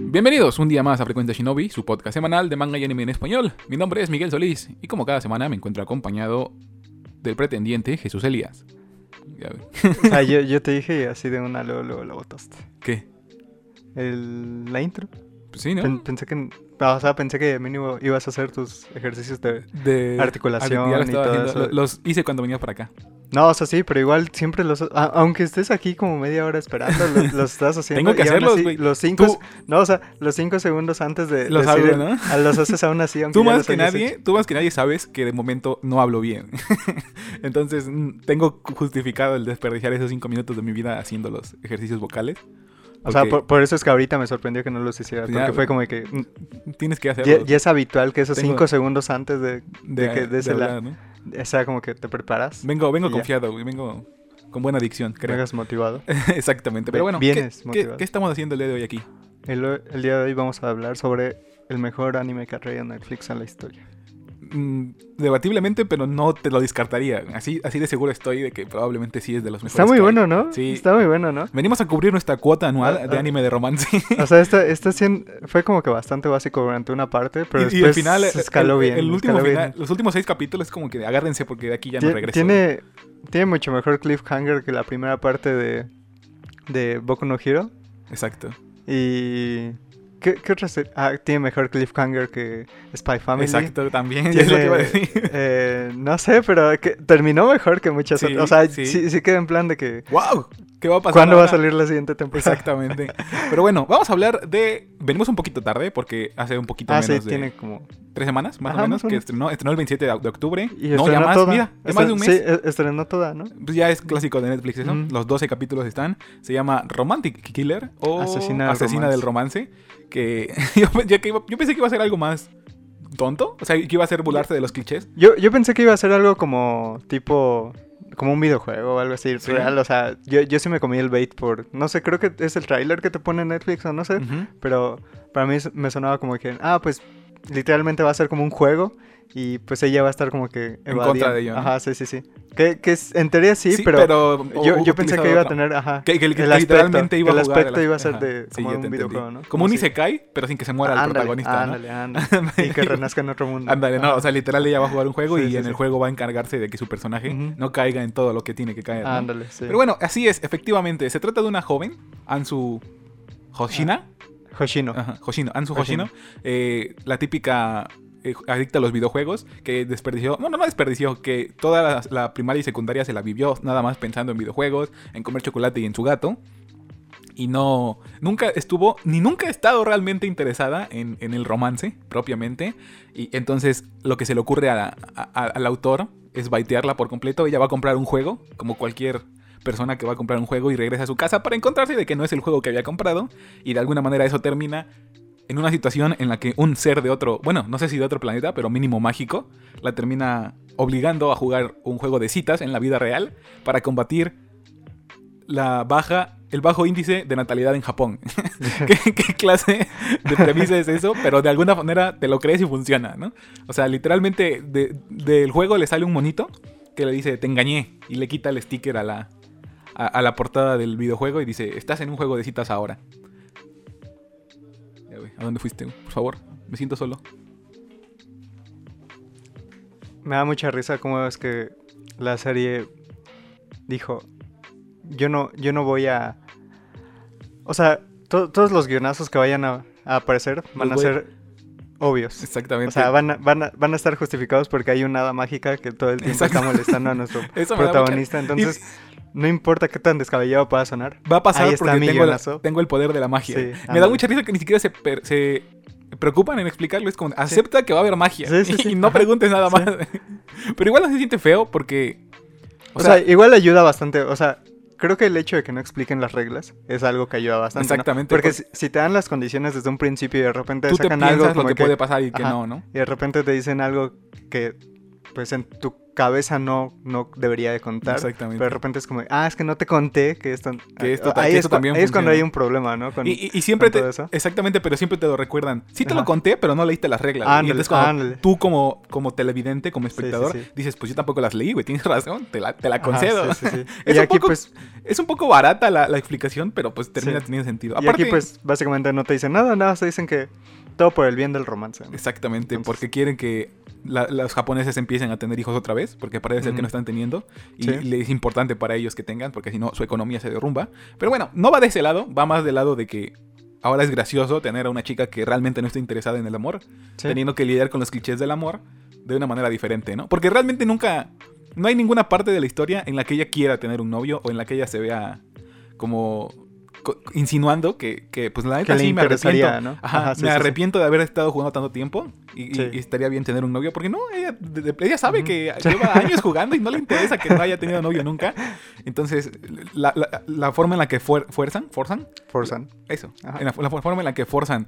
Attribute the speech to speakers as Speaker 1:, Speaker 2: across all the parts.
Speaker 1: Bienvenidos un día más a Frecuencia Shinobi, su podcast semanal de manga y anime en español. Mi nombre es Miguel Solís y como cada semana me encuentro acompañado del pretendiente Jesús Elías. Ya ve.
Speaker 2: Ah, yo, yo te dije y así de una luego, luego lo botaste.
Speaker 1: ¿Qué?
Speaker 2: El- la intro.
Speaker 1: Pues sí,
Speaker 2: Pen-
Speaker 1: ¿no?
Speaker 2: pensé que o sea, pensé que mínimo ibas a hacer tus ejercicios de
Speaker 1: De
Speaker 2: Articulación
Speaker 1: ya lo
Speaker 2: y
Speaker 1: estaba
Speaker 2: todo
Speaker 1: haciendo.
Speaker 2: eso.
Speaker 1: Lo- Los hice cuando venías para acá.
Speaker 2: No, o sea, sí, pero igual siempre los a- aunque estés aquí como media hora esperando, lo- los, estás
Speaker 1: Tengo
Speaker 2: haciendo
Speaker 1: que
Speaker 2: y aún
Speaker 1: hacerlos,
Speaker 2: así,
Speaker 1: güey.
Speaker 2: los cinco,
Speaker 1: Tú-
Speaker 2: no, o sea, los cinco segundos antes de
Speaker 1: Los
Speaker 2: decir
Speaker 1: hablo,
Speaker 2: el-
Speaker 1: ¿no?
Speaker 2: a- los haces aún así aunque
Speaker 1: Tú
Speaker 2: ya
Speaker 1: más
Speaker 2: los
Speaker 1: que
Speaker 2: hayas
Speaker 1: nadie,
Speaker 2: hecho.
Speaker 1: tú más que nadie sabes que de momento no hablo bien. Entonces mm, tengo justificado el desperdiciar esos cinco minutos de mi vida haciendo los ejercicios vocales.
Speaker 2: O sea,
Speaker 1: porque
Speaker 2: por, por eso es que ahorita me sorprendió que no los hiciera,
Speaker 1: Ya,
Speaker 2: porque
Speaker 1: güey.
Speaker 2: fue como que mm,
Speaker 1: tienes que hacerlo
Speaker 2: ya, ya es habitual que esos
Speaker 1: Tengo-
Speaker 2: cinco segundos antes de, de que des el-
Speaker 1: hablar, ¿no?
Speaker 2: o sea, como que te preparas,
Speaker 1: Vengo, vengo
Speaker 2: Ya.
Speaker 1: confiado, güey, vengo con buena adicción,
Speaker 2: me
Speaker 1: creo.
Speaker 2: hagas motivado.
Speaker 1: Exactamente. Pero
Speaker 2: Ve-
Speaker 1: bueno, ¿qué-
Speaker 2: vienes
Speaker 1: ¿qué,
Speaker 2: motivado.
Speaker 1: qué estamos haciendo el día de hoy aquí?
Speaker 2: El, el día de hoy vamos a hablar sobre el mejor anime que ha traído Netflix en la historia.
Speaker 1: Mm, debatiblemente, pero no te lo descartaría. Así, así de seguro estoy de que probablemente sí es de los mejores.
Speaker 2: Está muy
Speaker 1: Pues que hay.
Speaker 2: bueno, ¿no?
Speaker 1: Sí.
Speaker 2: Está muy bueno, ¿no?
Speaker 1: Venimos a cubrir nuestra cuota anual
Speaker 2: Ah,
Speaker 1: de
Speaker 2: ah.
Speaker 1: anime de romance.
Speaker 2: O sea, esta, esta cien- fue como que bastante básico durante una parte, pero
Speaker 1: y,
Speaker 2: después
Speaker 1: y al final,
Speaker 2: se escaló
Speaker 1: el,
Speaker 2: bien.
Speaker 1: el último
Speaker 2: escaló bien.
Speaker 1: final- los últimos seis capítulos es como que agárrense porque de aquí ya no
Speaker 2: Tie-
Speaker 1: regreso.
Speaker 2: tiene, tiene mucho mejor cliffhanger que la primera parte de, de Boku no Hero.
Speaker 1: Exacto.
Speaker 2: Y... ¿Qué, qué otra serie? Ah, tiene mejor cliffhanger que Spy Family.
Speaker 1: Exacto, también. es lo que iba a
Speaker 2: Tiene,
Speaker 1: decir.
Speaker 2: eh, no sé, pero que- terminó mejor que muchas
Speaker 1: Sí,
Speaker 2: otras. O sea,
Speaker 1: sí.
Speaker 2: sí, sí queda en plan de que...
Speaker 1: ¡Wow! ¿Qué va a pasar?
Speaker 2: ¿Cuándo va a
Speaker 1: ahora?
Speaker 2: salir la siguiente temporada?
Speaker 1: Exactamente. Pero bueno, vamos a hablar de. Venimos un poquito tarde porque hace un poquito
Speaker 2: Ah, sí,
Speaker 1: menos de
Speaker 2: tiene como...
Speaker 1: tres semanas, más
Speaker 2: Ajá,
Speaker 1: o menos,
Speaker 2: más o
Speaker 1: que
Speaker 2: menos.
Speaker 1: estrenó, estrenó el 27 de, de octubre. no,
Speaker 2: y
Speaker 1: ya
Speaker 2: estrenó
Speaker 1: más,
Speaker 2: toda.
Speaker 1: mira, ya más de un
Speaker 2: Estren-
Speaker 1: mes.
Speaker 2: Sí, e- estrenó toda, ¿no?
Speaker 1: Pues ya es clásico de Netflix eso.
Speaker 2: Mm.
Speaker 1: Los 12 capítulos están. Se llama Romantic Killer o
Speaker 2: Asesina
Speaker 1: Asesina,
Speaker 2: del
Speaker 1: del Romance. Que yo, pe- ya que iba- yo pensé que iba a ser algo más tonto. O sea, que iba a ser burlarse de los clichés.
Speaker 2: Yo, yo pensé que iba a ser algo como tipo... Como un videojuego o algo así,
Speaker 1: Sí.
Speaker 2: real, o sea, yo, yo sí me comí el bait por... No sé, creo que es el tráiler que te pone Netflix o no sé,
Speaker 1: Ujú.
Speaker 2: pero para mí s- me sonaba como que... Ah, pues literalmente va a ser como un juego y pues ella va a estar como que...
Speaker 1: En
Speaker 2: evadiendo.
Speaker 1: contra de ello, ¿no?
Speaker 2: Ajá, sí, sí, sí. Que, que es- en teoría sí,
Speaker 1: Sí,
Speaker 2: pero...
Speaker 1: pero
Speaker 2: yo
Speaker 1: u-
Speaker 2: yo pensé
Speaker 1: utilizado
Speaker 2: que iba a
Speaker 1: otra-
Speaker 2: tener, ajá,
Speaker 1: Que, que- que
Speaker 2: el aspecto,
Speaker 1: literalmente iba
Speaker 2: el
Speaker 1: a jugar
Speaker 2: aspecto
Speaker 1: la-
Speaker 2: iba a ser
Speaker 1: ajá,
Speaker 2: de
Speaker 1: sí,
Speaker 2: como
Speaker 1: ya
Speaker 2: un
Speaker 1: te entendí.
Speaker 2: videojuego, ¿no?
Speaker 1: Como un
Speaker 2: Sí.
Speaker 1: Isekai, pero sin que se muera el
Speaker 2: Ándale,
Speaker 1: protagonista, ¿no?
Speaker 2: Ándale, ándale. y que renazca en otro mundo.
Speaker 1: Ándale, no,
Speaker 2: Ajá.
Speaker 1: o sea, literal ella va a jugar un juego
Speaker 2: Sí,
Speaker 1: y
Speaker 2: sí,
Speaker 1: en el
Speaker 2: sí.
Speaker 1: juego va a encargarse de que su personaje
Speaker 2: Ujú.
Speaker 1: no caiga en todo lo que tiene que caer. ¿no?
Speaker 2: Ándale, sí.
Speaker 1: Pero bueno, así es, efectivamente. Se trata de una joven, Ansu Hoshina.
Speaker 2: Hoshino.
Speaker 1: Ajá, Hoshino, Ansu Hoshino. eh, la típica eh, adicta a los videojuegos que desperdició, bueno, no desperdició, que toda la, la primaria y secundaria se la vivió nada más pensando en videojuegos, en comer chocolate y en su gato. Y no, nunca estuvo, ni nunca ha estado realmente interesada en, en el romance propiamente. Y entonces lo que se le ocurre a la- a- a- al autor es baitearla por completo. Ella va a comprar un juego, como cualquier persona que va a comprar un juego y regresa a su casa para encontrarse de que no es el juego que había comprado. Y de alguna manera eso termina en una situación en la que un ser de otro, bueno, no sé si de otro planeta, pero mínimo mágico, la termina obligando a jugar un juego de citas en la vida real para combatir la baja, el bajo índice de natalidad en Japón. ¿Qué, qué clase de premisa es eso? Pero de alguna manera te lo crees y funciona, ¿no? O sea, literalmente de- del juego le sale un monito que le dice, te engañé, y le quita el sticker a la, a, a la portada del videojuego y dice, estás en un juego de citas ahora. Ya, güey, ¿A dónde fuiste? güey? Por favor, me siento solo.
Speaker 2: Me da mucha risa cómo es que la serie dijo, yo no, yo no voy a... O sea, to- todos los guionazos que vayan a, a aparecer van
Speaker 1: Los
Speaker 2: a
Speaker 1: voy- Este,
Speaker 2: ser obvios.
Speaker 1: Exactamente.
Speaker 2: O sea, van a, van, a, van a estar justificados porque hay una hada mágica que todo el tiempo
Speaker 1: Exacto.
Speaker 2: está molestando a nuestro
Speaker 1: Eso me da mucha-
Speaker 2: protagonista. Entonces, no importa qué tan descabellado pueda sonar.
Speaker 1: Va a pasar
Speaker 2: Ahí está
Speaker 1: porque
Speaker 2: mi
Speaker 1: tengo, la-
Speaker 2: guionazo.
Speaker 1: tengo el poder de la magia.
Speaker 2: Sí,
Speaker 1: Me da
Speaker 2: ándale.
Speaker 1: mucha risa que ni siquiera se, per- se preocupan en explicarlo. Es como, acepta que va a haber magia.
Speaker 2: Sí, sí, sí.
Speaker 1: Y no
Speaker 2: Ajá.
Speaker 1: preguntes nada
Speaker 2: Sí.
Speaker 1: más. Pero igual no se siente feo porque...
Speaker 2: O sea, igual ayuda bastante. O sea, creo que el hecho de que no expliquen las reglas es algo que ayuda bastante. ¿no?
Speaker 1: Exactamente,
Speaker 2: Porque
Speaker 1: por-
Speaker 2: si, si te dan las condiciones desde un principio y de repente
Speaker 1: tú te
Speaker 2: sacan
Speaker 1: piensas
Speaker 2: algo
Speaker 1: lo
Speaker 2: como
Speaker 1: que,
Speaker 2: que-
Speaker 1: puede pasar y que
Speaker 2: Ajá.
Speaker 1: no, ¿no?
Speaker 2: y de repente te dicen algo que pues en tu cabeza no, no debería de contar.
Speaker 1: Exactamente.
Speaker 2: Pero de repente es como, ah, es que no te conté que esto,
Speaker 1: Que esto ta-
Speaker 2: ahí
Speaker 1: que
Speaker 2: es,
Speaker 1: esto
Speaker 2: cu-
Speaker 1: también
Speaker 2: ahí es cuando
Speaker 1: funciona.
Speaker 2: hay un problema, ¿no? Con-
Speaker 1: Y, y- y siempre
Speaker 2: con
Speaker 1: te.
Speaker 2: todo eso.
Speaker 1: Exactamente, pero siempre te lo recuerdan. Sí te lo
Speaker 2: Ajá.
Speaker 1: conté, pero no leíste las reglas.
Speaker 2: Ándale,
Speaker 1: y entonces, cuando
Speaker 2: ándale.
Speaker 1: tú, como, como televidente, como
Speaker 2: sí,
Speaker 1: espectador,
Speaker 2: sí.
Speaker 1: dices, pues yo tampoco las leí, güey, tienes razón, te la, te la
Speaker 2: Ajá,
Speaker 1: concedo.
Speaker 2: sí, sí, sí.
Speaker 1: Es
Speaker 2: y
Speaker 1: un
Speaker 2: aquí
Speaker 1: poco-
Speaker 2: pues
Speaker 1: Es un poco barata la, la explicación, pero pues termina
Speaker 2: Sí.
Speaker 1: teniendo sentido.
Speaker 2: y aquí pues básicamente no te dicen nada, nada, se dicen que todo por el bien del romance. ¿no?
Speaker 1: Exactamente,
Speaker 2: Entonces-
Speaker 1: porque quieren que la- los japoneses empiecen a tener hijos otra vez, porque parece ser que
Speaker 2: Ujú.
Speaker 1: no están teniendo, y
Speaker 2: Sí.
Speaker 1: le- es importante para ellos que tengan, porque si no su economía se derrumba. Pero bueno, no va de ese lado, va más del lado de que ahora es gracioso tener a una chica que realmente no está interesada en el amor,
Speaker 2: Sí.
Speaker 1: teniendo que lidiar con los clichés del amor de una manera diferente, ¿no? Porque realmente nunca, no hay ninguna parte de la historia en la que ella quiera tener un novio o en la que ella se vea como co- insinuando que, que, pues la
Speaker 2: Que
Speaker 1: neta
Speaker 2: le
Speaker 1: sí me arrepiento.
Speaker 2: interesaría, ¿no?
Speaker 1: Ajá,
Speaker 2: Ajá, sí,
Speaker 1: me
Speaker 2: sí, sí.
Speaker 1: arrepiento de haber estado jugando tanto tiempo y, y-
Speaker 2: Sí.
Speaker 1: y estaría bien tener un novio porque no, ella, de- de- ella sabe
Speaker 2: Ujú.
Speaker 1: que
Speaker 2: Sí.
Speaker 1: lleva años jugando y no le interesa que no haya tenido novio nunca. Entonces, la, la- la forma en la que fuer- fuerzan, forzan,
Speaker 2: Forzan.
Speaker 1: eso.
Speaker 2: Ajá.
Speaker 1: En la, la forma en la que forzan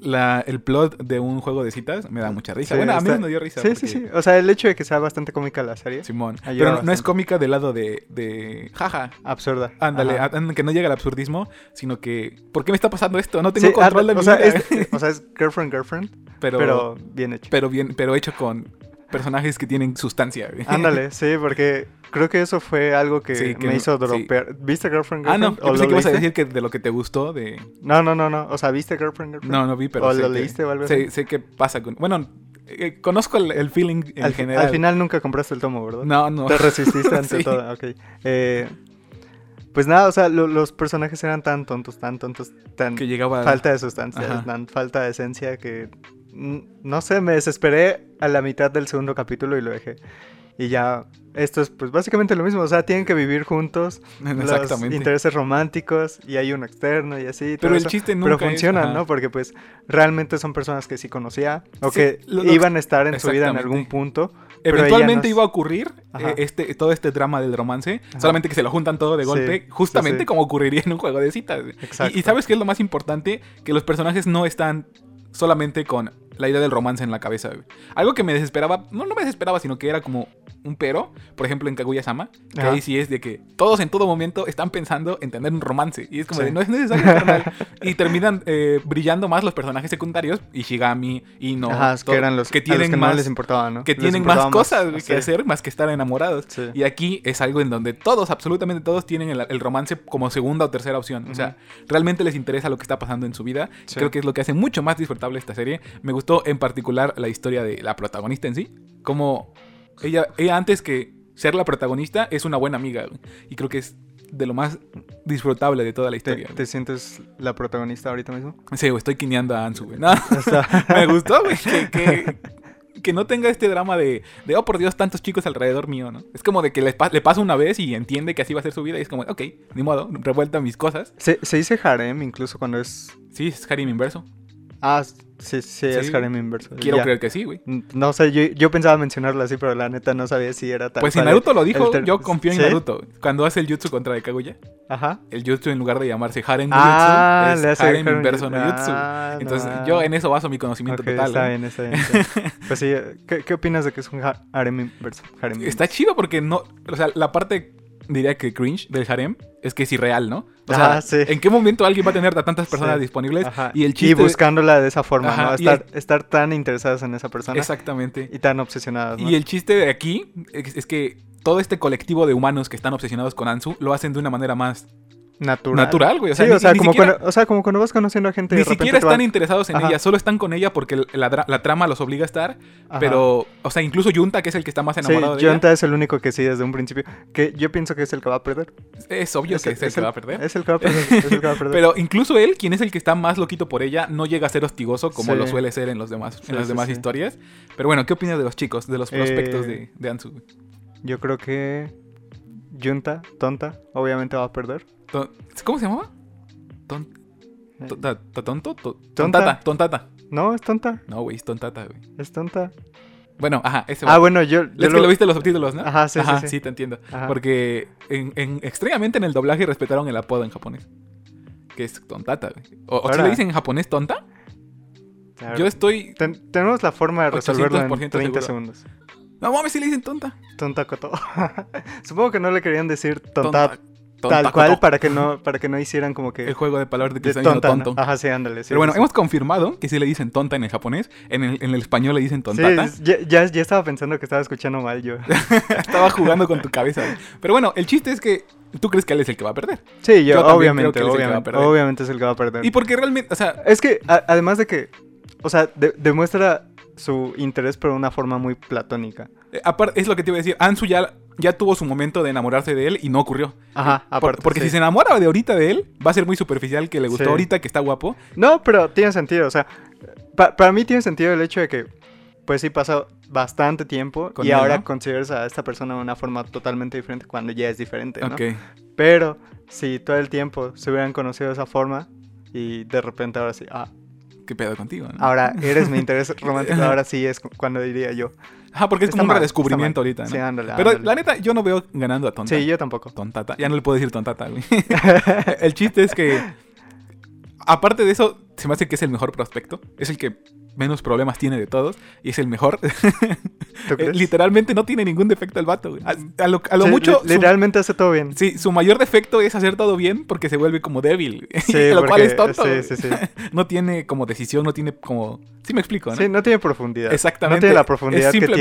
Speaker 1: la- el plot de un juego de citas me da mucha risa.
Speaker 2: Sí,
Speaker 1: bueno, a mí
Speaker 2: está-
Speaker 1: me dio risa.
Speaker 2: Sí,
Speaker 1: porque-
Speaker 2: sí, sí. O sea, el hecho de que sea bastante cómica la serie.
Speaker 1: Simón. Pero
Speaker 2: Ayuda
Speaker 1: no, no es
Speaker 2: bastante.
Speaker 1: cómica del lado de, de jaja.
Speaker 2: Absurda.
Speaker 1: Ándale, ah,
Speaker 2: Ajá.
Speaker 1: ándale, que no llega al absurdismo, sino que, ¿por qué me está pasando esto? No tengo
Speaker 2: Sí,
Speaker 1: control de
Speaker 2: ándale,
Speaker 1: mi
Speaker 2: o sea,
Speaker 1: vida. eh.
Speaker 2: es- o sea, es girlfriend, girlfriend,
Speaker 1: pero, pero,
Speaker 2: pero bien hecho.
Speaker 1: bien, pero hecho con personajes que tienen sustancia. güey.
Speaker 2: Ándale, sí, porque creo que eso fue algo que,
Speaker 1: Sí, que
Speaker 2: me
Speaker 1: no-
Speaker 2: hizo
Speaker 1: sí.
Speaker 2: dropear. ¿Viste Girlfriend Girlfriend?
Speaker 1: Ah, no, yo
Speaker 2: ¿O
Speaker 1: pensé
Speaker 2: lo
Speaker 1: que ibas a
Speaker 2: leíste?
Speaker 1: decir que de lo que te gustó de...
Speaker 2: No, no, no, no. O sea, ¿viste Girlfriend Girlfriend?
Speaker 1: No, no vi, pero
Speaker 2: ¿O
Speaker 1: sé
Speaker 2: lo
Speaker 1: que-
Speaker 2: leíste o algo
Speaker 1: sé,
Speaker 2: así?
Speaker 1: sé qué pasa con... Bueno, eh, conozco el, el feeling en
Speaker 2: al, fi-
Speaker 1: general.
Speaker 2: al final nunca compraste el tomo, ¿verdad?
Speaker 1: No, no.
Speaker 2: Te resististe ante
Speaker 1: Sí.
Speaker 2: todo, ok. Eh, pues nada, o sea, lo- los personajes eran tan tontos, tan tontos, tan
Speaker 1: Que llegaba...
Speaker 2: falta de sustancia,
Speaker 1: Ajá.
Speaker 2: tan falta de esencia que... mm, No sé, me desesperé a la mitad del segundo capítulo y lo dejé. Y ya, esto es pues básicamente lo mismo, o sea, tienen que vivir juntos, los
Speaker 1: Exactamente.
Speaker 2: intereses románticos y hay uno externo y así. y todo
Speaker 1: Pero el
Speaker 2: eso.
Speaker 1: chiste nunca
Speaker 2: Pero
Speaker 1: es-
Speaker 2: funcionan,
Speaker 1: ajá.
Speaker 2: ¿no? Porque pues realmente son personas que sí conocía o
Speaker 1: Sí,
Speaker 2: que
Speaker 1: lo- lo-
Speaker 2: iban a estar en su vida en algún
Speaker 1: exactamente.
Speaker 2: punto. pero ella
Speaker 1: Eventualmente
Speaker 2: no es-
Speaker 1: iba a ocurrir
Speaker 2: Ajá.
Speaker 1: eh, este, todo este drama del romance,
Speaker 2: Ajá.
Speaker 1: solamente que se lo juntan todo de
Speaker 2: Sí,
Speaker 1: golpe,
Speaker 2: sí,
Speaker 1: justamente
Speaker 2: sí.
Speaker 1: como ocurriría en un juego de citas. güey.
Speaker 2: Exacto.
Speaker 1: Y, y sabes qué es lo más importante, que los personajes no están solamente con la idea del romance en la cabeza. güey. Algo que me desesperaba, no, no me desesperaba, sino que era como un pero, por ejemplo en Kaguya-sama, que
Speaker 2: Ajá.
Speaker 1: ahí sí es de que todos en todo momento están pensando en tener un romance y es como
Speaker 2: Sí.
Speaker 1: de no es necesario carnal". y terminan eh, brillando más los personajes secundarios, Ishigami, Ino,
Speaker 2: Ajá, es
Speaker 1: todo-
Speaker 2: que eran los
Speaker 1: que
Speaker 2: que,
Speaker 1: tienen
Speaker 2: que
Speaker 1: más
Speaker 2: no les importaba, ¿no?
Speaker 1: que
Speaker 2: Les
Speaker 1: tienen más
Speaker 2: importaba
Speaker 1: cosas
Speaker 2: así.
Speaker 1: que hacer más que estar enamorados.
Speaker 2: Sí.
Speaker 1: Y aquí es algo en donde todos, absolutamente todos, tienen el, el romance como segunda o tercera opción. O sea, realmente les interesa lo que está pasando en su vida.
Speaker 2: Sí.
Speaker 1: Creo que es lo que hace mucho más disfrutable esta serie. Me gustó en particular la historia de la protagonista en sí. Como ella, ella antes que ser la protagonista es una buena amiga. güey. Y creo que es de lo más disfrutable de toda la
Speaker 2: ¿Te,
Speaker 1: historia.
Speaker 2: te sientes la protagonista ahorita mismo?
Speaker 1: Sí, güey, estoy quineando a Ansu, güey. No.
Speaker 2: O sea,
Speaker 1: Me gustó, güey, que, que- que no tenga este drama de, de, oh por Dios, tantos chicos alrededor mío, ¿no? Es como de que le, pa- le pasa una vez y entiende que así va a ser su vida y es como, ok, ni modo, revuelta mis cosas.
Speaker 2: se, se dice harem incluso cuando es...
Speaker 1: Sí, es Harim inverso.
Speaker 2: Ah, sí, sí, es
Speaker 1: Sí.
Speaker 2: harem inverso.
Speaker 1: Quiero
Speaker 2: ya.
Speaker 1: creer que sí, güey.
Speaker 2: No sé, yo, yo pensaba mencionarlo así, pero la neta no sabía si era tal
Speaker 1: Pues si
Speaker 2: cual.
Speaker 1: Naruto lo dijo,
Speaker 2: el ter-
Speaker 1: yo confío en
Speaker 2: ¿Sí?
Speaker 1: Naruto. Cuando hace el jutsu contra el Kaguya,
Speaker 2: Ajá.
Speaker 1: el jutsu en lugar de llamarse Harem no
Speaker 2: Ah,
Speaker 1: jutsu,
Speaker 2: le
Speaker 1: es
Speaker 2: hace
Speaker 1: Harem
Speaker 2: Harem
Speaker 1: inverso
Speaker 2: jutsu.
Speaker 1: no jutsu.
Speaker 2: Ah, no
Speaker 1: Entonces
Speaker 2: mames.
Speaker 1: yo en eso baso mi conocimiento
Speaker 2: Ok,
Speaker 1: total.
Speaker 2: Está
Speaker 1: ¿no?
Speaker 2: bien, está bien. está bien. pues sí, ¿qué, qué opinas de que es un ha- harem inverso? Harem
Speaker 1: Está chido porque no. O sea, la parte diría que cringe del harem es que es irreal, ¿no? O sea,
Speaker 2: Ah, sí.
Speaker 1: ¿en qué momento alguien va a tener a tantas personas
Speaker 2: Sí.
Speaker 1: disponibles?
Speaker 2: Ajá,
Speaker 1: Y el chiste.
Speaker 2: buscándola de esa forma,
Speaker 1: Ajá,
Speaker 2: ¿no?
Speaker 1: y el-
Speaker 2: Estar, estar tan interesadas en esa persona
Speaker 1: Exactamente.
Speaker 2: y tan obsesionadas, ¿no?
Speaker 1: Y el chiste de aquí es, es que todo este colectivo de humanos que están obsesionados con Ansu lo hacen de una manera más
Speaker 2: natural.
Speaker 1: natural, güey. O sea,
Speaker 2: sí,
Speaker 1: ni,
Speaker 2: o sea,
Speaker 1: ni
Speaker 2: como
Speaker 1: siquiera,
Speaker 2: cuando, o sea, como cuando vas conociendo a gente y
Speaker 1: ni
Speaker 2: de repente
Speaker 1: siquiera
Speaker 2: te van-
Speaker 1: están interesados en
Speaker 2: Ajá.
Speaker 1: ella, solo están con ella porque la, dra- la trama los obliga a estar.
Speaker 2: Ajá.
Speaker 1: Pero, o sea, incluso Yunta, que es el que está más
Speaker 2: Sí,
Speaker 1: enamorado de
Speaker 2: Yonta es el único que sí desde un principio. Que yo pienso que es el que va a perder.
Speaker 1: ella, es obvio que es el que va a perder.
Speaker 2: Es el que va a perder. es el que va a perder.
Speaker 1: Pero incluso él, quien es el que está más loquito por ella, no llega a ser hostigoso como
Speaker 2: Sí.
Speaker 1: lo suele ser en, los demás,
Speaker 2: Sí,
Speaker 1: en las
Speaker 2: sí,
Speaker 1: demás
Speaker 2: sí.
Speaker 1: historias. Pero bueno, ¿qué opinas de los chicos, de los prospectos
Speaker 2: Eh,
Speaker 1: de, de Ansu? güey?
Speaker 2: Yo creo que Junta, tonta, obviamente va a perder.
Speaker 1: To- ¿Cómo se llamaba? Ton-
Speaker 2: Eh,
Speaker 1: to- ta- ta- ¿Tonto? To-
Speaker 2: Tonta.
Speaker 1: Tontata, tontata.
Speaker 2: No, es tonta,
Speaker 1: No, güey, es tontata, güey.
Speaker 2: es tonta.
Speaker 1: Bueno, ajá, ese
Speaker 2: Ah,
Speaker 1: güey.
Speaker 2: bueno, yo, yo
Speaker 1: Es que lo viste en los subtítulos, ¿no?
Speaker 2: Ajá, sí, sí, sí.
Speaker 1: te entiendo.
Speaker 2: Ajá.
Speaker 1: Porque en, en- extrañamente en el doblaje respetaron el apodo en japonés. Que es tontata, güey. ¿O, o si
Speaker 2: Ahora.
Speaker 1: le dicen en japonés tonta?
Speaker 2: Claro.
Speaker 1: Yo estoy
Speaker 2: Ten- tenemos la forma de resolverlo en
Speaker 1: 800%
Speaker 2: 30
Speaker 1: seguro.
Speaker 2: segundos.
Speaker 1: No mames, si le dicen tonta.
Speaker 2: Tonta Coto. Supongo que no le querían decir tonta,
Speaker 1: Tonta- tonta
Speaker 2: tal cual
Speaker 1: Cotó.
Speaker 2: para que no para que no hicieran como
Speaker 1: El
Speaker 2: que
Speaker 1: juego de palabras de que
Speaker 2: de
Speaker 1: están diciendo
Speaker 2: tonta, ¿no?
Speaker 1: tonto.
Speaker 2: Ajá, sí, ándale. sí,
Speaker 1: Pero bueno,
Speaker 2: sí.
Speaker 1: hemos confirmado que sí le dicen tonta en el japonés. En el, en el español le dicen
Speaker 2: Sí,
Speaker 1: tontata.
Speaker 2: ya, ya, ya estaba pensando que estaba escuchando mal yo.
Speaker 1: Estaba jugando con tu cabeza. güey. Pero bueno, el chiste es que tú crees que él es el que va a perder.
Speaker 2: Sí, yo,
Speaker 1: Yo también creo
Speaker 2: obviamente,
Speaker 1: que él es el que va a
Speaker 2: obviamente,
Speaker 1: perder.
Speaker 2: obviamente es el que va a perder.
Speaker 1: Y porque realmente, o sea,
Speaker 2: Es que a- además de que, o sea, de- demuestra su interés pero de una forma muy platónica.
Speaker 1: eh, aparte, es lo que te iba a decir. Ansu ya, ya tuvo su momento de enamorarse de él y no ocurrió.
Speaker 2: Ajá,
Speaker 1: Por-
Speaker 2: aparte.
Speaker 1: porque
Speaker 2: sí.
Speaker 1: si se enamora de ahorita de él, va a ser muy superficial que le gustó
Speaker 2: Sí.
Speaker 1: ahorita, que está guapo.
Speaker 2: No, pero tiene sentido, o sea, pa- para mí tiene sentido el hecho de que, pues sí, pasa bastante tiempo
Speaker 1: Con
Speaker 2: y
Speaker 1: él,
Speaker 2: ahora
Speaker 1: ¿no?
Speaker 2: consideras a esta persona de una forma totalmente diferente cuando ya es diferente, ¿no?
Speaker 1: Ok.
Speaker 2: Pero si todo el tiempo se hubieran conocido de esa forma y de repente ahora sí, ah,
Speaker 1: ¿Qué pedo contigo? no?
Speaker 2: ahora eres mi interés romántico, ahora sí es cu- cuando diría yo.
Speaker 1: Ajá, porque es
Speaker 2: Está
Speaker 1: como un
Speaker 2: mal,
Speaker 1: redescubrimiento ahorita,
Speaker 2: está mal.
Speaker 1: ¿no?
Speaker 2: Sí, ándale,
Speaker 1: Pero
Speaker 2: ándale.
Speaker 1: la neta, yo no veo ganando a Tonta.
Speaker 2: Sí, yo tampoco.
Speaker 1: Tontata. Ya no le puedo decir tontata, güey. el chiste es que. Aparte de eso, se me hace que es el mejor prospecto. Es el que menos problemas tiene de todos. Y es el mejor. Eh,
Speaker 2: ¿Tú crees?
Speaker 1: Literalmente no tiene ningún defecto el vato, güey. A, a lo, a lo
Speaker 2: Sí,
Speaker 1: mucho.
Speaker 2: li- literalmente hace todo bien.
Speaker 1: Su, sí, su mayor defecto es hacer todo bien porque se vuelve como débil. güey.
Speaker 2: Sí,
Speaker 1: lo cual
Speaker 2: porque-
Speaker 1: es tonto. güey.
Speaker 2: Sí, sí, sí.
Speaker 1: No tiene como decisión, no tiene como. Sí, me explico, ¿no?
Speaker 2: Sí, no tiene profundidad.
Speaker 1: Exactamente.
Speaker 2: No tiene
Speaker 1: Es
Speaker 2: la profundidad que tiene.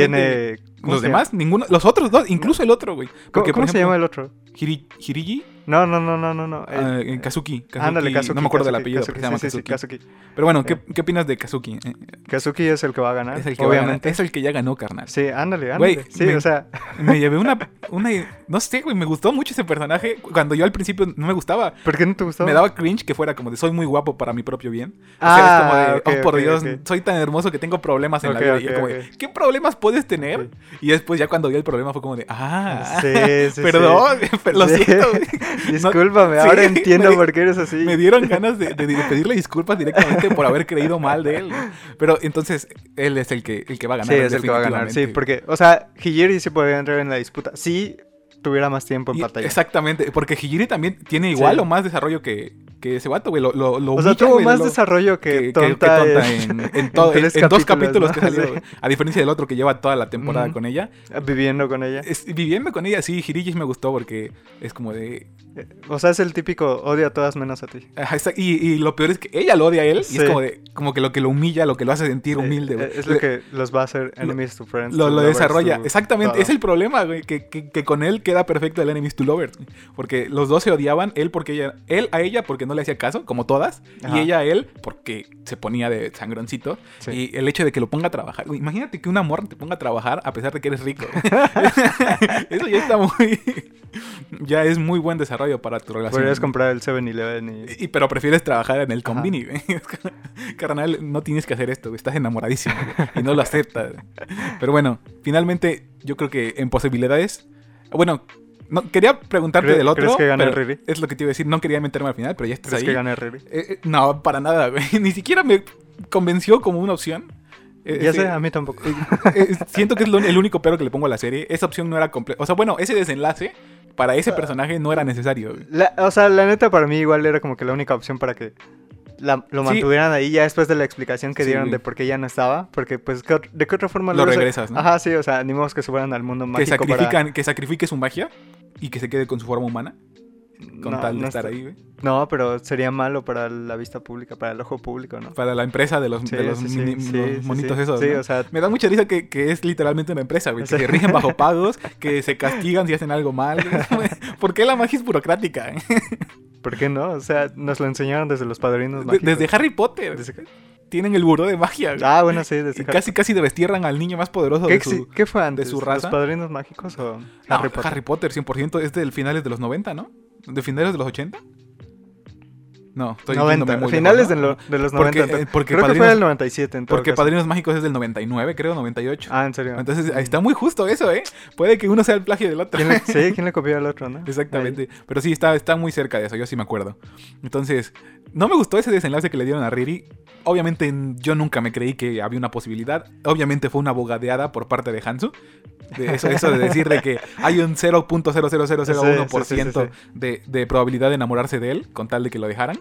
Speaker 1: simplemente
Speaker 2: ¿cómo
Speaker 1: Los
Speaker 2: se llama?
Speaker 1: demás, ninguno. Los otros dos, incluso el otro, güey.
Speaker 2: ¿Cómo,
Speaker 1: Porque, por
Speaker 2: cómo se llama
Speaker 1: ejemplo,
Speaker 2: el otro?
Speaker 1: Hiri- Hirigi.
Speaker 2: No, no, no, no, no. no. el-
Speaker 1: Ah, en Kazuki, Kazuki,
Speaker 2: ándale, Kazuki.
Speaker 1: No me acuerdo del
Speaker 2: Kazuki,
Speaker 1: apellido,
Speaker 2: Kazuki,
Speaker 1: pero se llama
Speaker 2: sí, sí, sí,
Speaker 1: Kazuki.
Speaker 2: Kazuki.
Speaker 1: Pero bueno, ¿qué, qué opinas de Kazuki? Eh,
Speaker 2: Kazuki es el que va a ganar.
Speaker 1: Es el que obviamente.
Speaker 2: Ah, obviamente.
Speaker 1: Es el que ya ganó, carnal.
Speaker 2: Sí, ándale,
Speaker 1: Güey,
Speaker 2: ándale. sí,
Speaker 1: me-
Speaker 2: o sea,
Speaker 1: Me llevé una, una. No sé, güey, me gustó mucho ese personaje. Cuando yo al principio no me gustaba.
Speaker 2: ¿por qué no te gustó?
Speaker 1: Me daba cringe que fuera como de soy muy guapo para mi propio bien. O sea, es como
Speaker 2: Ah,
Speaker 1: de,
Speaker 2: ok,
Speaker 1: oh por
Speaker 2: ok,
Speaker 1: Dios,
Speaker 2: ok.
Speaker 1: soy tan hermoso que tengo problemas en
Speaker 2: Ok,
Speaker 1: la vida. Y
Speaker 2: ok,
Speaker 1: yo como de,
Speaker 2: ok.
Speaker 1: ¿qué problemas puedes tener?
Speaker 2: Ok.
Speaker 1: Y después ya cuando vi el problema fue como de, ah,
Speaker 2: Sí, sí,
Speaker 1: perdón, lo
Speaker 2: Sí.
Speaker 1: siento. güey".
Speaker 2: Discúlpame,
Speaker 1: sí,
Speaker 2: ahora entiendo
Speaker 1: me-
Speaker 2: por qué eres así.
Speaker 1: Me dieron ganas de, de- de pedirle disculpas directamente por haber creído mal de él. ¿no? Pero entonces, él es el que, el que va a ganar.
Speaker 2: sí, es el que va a ganar. Sí,
Speaker 1: definitivamente.
Speaker 2: porque, o sea, Hijiri sí podría entrar en la disputa. Si tuviera más tiempo en
Speaker 1: Y-
Speaker 2: batalla.
Speaker 1: Exactamente, porque Higiri también tiene igual
Speaker 2: Sí.
Speaker 1: o más desarrollo que, que ese vato, güey. Lo, lo, lo
Speaker 2: O sea,
Speaker 1: ubican,
Speaker 2: tuvo
Speaker 1: güey,
Speaker 2: más
Speaker 1: lo-
Speaker 2: desarrollo que,
Speaker 1: que- que- que
Speaker 2: tonta,
Speaker 1: Tonta
Speaker 2: es-
Speaker 1: en, en todo-
Speaker 2: en tres
Speaker 1: en dos capítulos
Speaker 2: capítulos,
Speaker 1: que
Speaker 2: ¿no?
Speaker 1: salió, güey. A diferencia del otro que lleva toda la temporada
Speaker 2: Ujú.
Speaker 1: con ella.
Speaker 2: viviendo con ella.
Speaker 1: Es- viviendo con ella, sí, Hirigis me gustó porque es como de.
Speaker 2: O sea, es el típico odio a todas menos a ti.
Speaker 1: Ajá, esa- y, y lo peor es que ella lo odia a él y es
Speaker 2: Sí.
Speaker 1: como de. Como que lo que lo humilla, lo que lo hace sentir humilde,
Speaker 2: Eh,
Speaker 1: güey.
Speaker 2: eh, Es lo
Speaker 1: Le-
Speaker 2: que los va a hacer enemies to friends.
Speaker 1: Lo,
Speaker 2: to
Speaker 1: lo
Speaker 2: lovers,
Speaker 1: desarrolla,
Speaker 2: to-
Speaker 1: exactamente.
Speaker 2: todo.
Speaker 1: Es el problema, güey, que, que- que con él queda perfecto el Enemies to Lovers. güey. Porque los dos se odiaban, él porque ella, él a ella porque no le hacía caso, como todas,
Speaker 2: Ajá.
Speaker 1: y ella a él porque se ponía de sangroncito.
Speaker 2: Sí.
Speaker 1: Y el hecho de que lo ponga a trabajar, güey, imagínate que una morra te ponga a trabajar a pesar de que eres rico. güey. Eso ya está muy... ya es muy buen desarrollo para tu relación.
Speaker 2: Podrías
Speaker 1: güey.
Speaker 2: comprar el 7-Eleven y...
Speaker 1: Y- pero prefieres trabajar en el
Speaker 2: Ajá.
Speaker 1: convini, güey. Carnal, no tienes que hacer esto, güey. Estás enamoradísimo güey, y no lo aceptas. Pero bueno, finalmente yo creo que en posibilidades... Bueno, no, quería preguntarte
Speaker 2: ¿Cre-
Speaker 1: del otro.
Speaker 2: crees que gane
Speaker 1: pero
Speaker 2: Riri?
Speaker 1: Es lo que te iba a decir. No quería meterme al final, pero ya estás
Speaker 2: ¿Crees
Speaker 1: ahí.
Speaker 2: que gane Riri?
Speaker 1: Eh, eh, no, para nada, güey. Ni siquiera me convenció como una opción. Eh,
Speaker 2: Ya
Speaker 1: sí.
Speaker 2: sé, a mí tampoco.
Speaker 1: Eh, siento que es lo- el único pero que le pongo a la serie. Esa opción no era completa. O sea, bueno, ese desenlace para
Speaker 2: Ah.
Speaker 1: ese personaje no era necesario. güey.
Speaker 2: La- o sea, la neta para mí igual era como que la única opción para que la- lo
Speaker 1: Sí.
Speaker 2: mantuvieran ahí ya después de la explicación que
Speaker 1: Sí,
Speaker 2: dieron
Speaker 1: güey.
Speaker 2: de por qué ya no estaba. Porque, pues, ¿qué ot- ¿de qué otra forma
Speaker 1: Lo
Speaker 2: logras-
Speaker 1: regresas, ¿no?
Speaker 2: Ajá, sí, o sea, ni modo que se fueran al mundo
Speaker 1: que
Speaker 2: mágico
Speaker 1: sacrifican, que sacrifique su magia y que se quede con su forma humana
Speaker 2: para...
Speaker 1: con
Speaker 2: No,
Speaker 1: tal de
Speaker 2: no
Speaker 1: estar
Speaker 2: está-
Speaker 1: ahí, güey.
Speaker 2: No, pero sería malo para la vista pública, para el ojo público, ¿no?
Speaker 1: Para la empresa de los,
Speaker 2: Sí,
Speaker 1: de los
Speaker 2: sí, sí,
Speaker 1: mini-
Speaker 2: sí,
Speaker 1: los
Speaker 2: sí, sí.
Speaker 1: monitos esos.
Speaker 2: Sí,
Speaker 1: ¿no?
Speaker 2: o sea,
Speaker 1: Me da mucha risa que, que es literalmente una empresa, güey.
Speaker 2: O
Speaker 1: Que
Speaker 2: sea-
Speaker 1: se rigen bajo pagos, que se castigan si hacen algo mal. güey. ¿Por qué la magia es burocrática? eh?
Speaker 2: ¿por qué no? O sea, nos lo enseñaron desde los padrinos
Speaker 1: De-
Speaker 2: mágicos.
Speaker 1: Desde Harry Potter.
Speaker 2: Desde-
Speaker 1: Tienen el buró de magia. güey.
Speaker 2: Ah, bueno, sí,
Speaker 1: Y
Speaker 2: desde Harry
Speaker 1: casi, casi destierran al niño más poderoso
Speaker 2: ¿Qué,
Speaker 1: de
Speaker 2: exi-
Speaker 1: su...
Speaker 2: qué fue antes?
Speaker 1: su raza?
Speaker 2: ¿Los padrinos mágicos o
Speaker 1: No,
Speaker 2: Harry Potter?
Speaker 1: 100%. Es del finales de los 90, ¿no? ¿De finales de los 80? No, estoy
Speaker 2: 90,
Speaker 1: yéndome muy lejos,
Speaker 2: finales de,
Speaker 1: ¿no?
Speaker 2: lo- de los 90.
Speaker 1: Porque,
Speaker 2: entonces-
Speaker 1: eh, porque
Speaker 2: Creo que
Speaker 1: Padrinos-
Speaker 2: fue el 97 en todo
Speaker 1: Porque
Speaker 2: caso.
Speaker 1: Padrinos Mágicos es del 99, creo, 98.
Speaker 2: Ah, en serio.
Speaker 1: Entonces ahí está muy justo eso, ¿eh? Puede que uno sea el plagio del otro.
Speaker 2: ¿Quién le- sí, ¿quién le copió al otro, no?
Speaker 1: Exactamente. Pero sí, está, está muy cerca de eso, yo sí me acuerdo. Entonces, no me gustó ese desenlace que le dieron a Riri. Obviamente n- yo nunca me creí que había una posibilidad. Obviamente fue una bogadeada por parte de Hansu. De eso, eso de decir de que hay un 0.00001%
Speaker 2: Sí,
Speaker 1: De, de probabilidad de enamorarse de él con tal de que lo dejaran.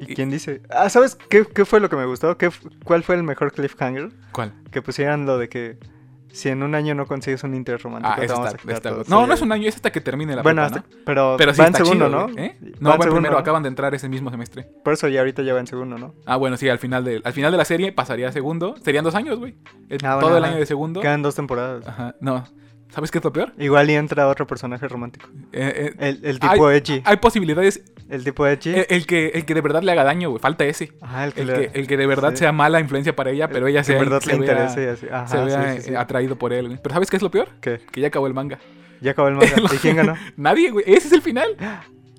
Speaker 2: Ahí. ¿Y quién dice? Ah, ¿sabes qué, qué fue lo que me gustó? ¿Qué, f- ¿Cuál fue el mejor cliffhanger?
Speaker 1: ¿Cuál?
Speaker 2: Que pusieran lo de que si en un año no consigues un interés romántico,
Speaker 1: Ah,
Speaker 2: te
Speaker 1: esa
Speaker 2: vamos a
Speaker 1: está,
Speaker 2: quitar
Speaker 1: está-
Speaker 2: todo.
Speaker 1: No,
Speaker 2: Sí.
Speaker 1: no es un año, es hasta que termine la
Speaker 2: Bueno,
Speaker 1: prepa,
Speaker 2: hasta- pero,
Speaker 1: ¿no? Pero sí
Speaker 2: va en
Speaker 1: está
Speaker 2: segundo,
Speaker 1: chido,
Speaker 2: ¿no?
Speaker 1: güey, ¿eh?
Speaker 2: Va
Speaker 1: No, va
Speaker 2: en
Speaker 1: en
Speaker 2: segundo,
Speaker 1: primero,
Speaker 2: ¿no?
Speaker 1: acaban de entrar ese mismo semestre.
Speaker 2: Por eso ya ahorita ya va en segundo, ¿no?
Speaker 1: Ah, bueno, sí, al final de, al final de la serie pasaría a segundo. Serían dos años, güey. Eh,
Speaker 2: Ah, bueno,
Speaker 1: todo el
Speaker 2: ajá.
Speaker 1: año de segundo.
Speaker 2: Quedan dos temporadas.
Speaker 1: Ajá, no. ¿Sabes qué es lo peor?
Speaker 2: Igual y entra otro personaje romántico.
Speaker 1: Eh, eh,
Speaker 2: El, el tipo Echi.
Speaker 1: hay posibilidades.
Speaker 2: El tipo Echi.
Speaker 1: El, el que, el que de verdad le haga daño, güey. Falta ese.
Speaker 2: Ajá, el que,
Speaker 1: El
Speaker 2: le-
Speaker 1: que, el que de verdad
Speaker 2: sí.
Speaker 1: sea mala influencia para ella, pero ella
Speaker 2: que
Speaker 1: sea,
Speaker 2: en verdad
Speaker 1: se
Speaker 2: le
Speaker 1: vea-
Speaker 2: interesa y así. Ajá,
Speaker 1: se vea
Speaker 2: sí, sí, sí.
Speaker 1: eh, atraído por él. güey. Pero ¿sabes qué es lo peor?
Speaker 2: ¿Qué?
Speaker 1: Que ya acabó el manga.
Speaker 2: Ya acabó el manga. ¿Y quién ganó?
Speaker 1: Nadie, güey. Ese es el final.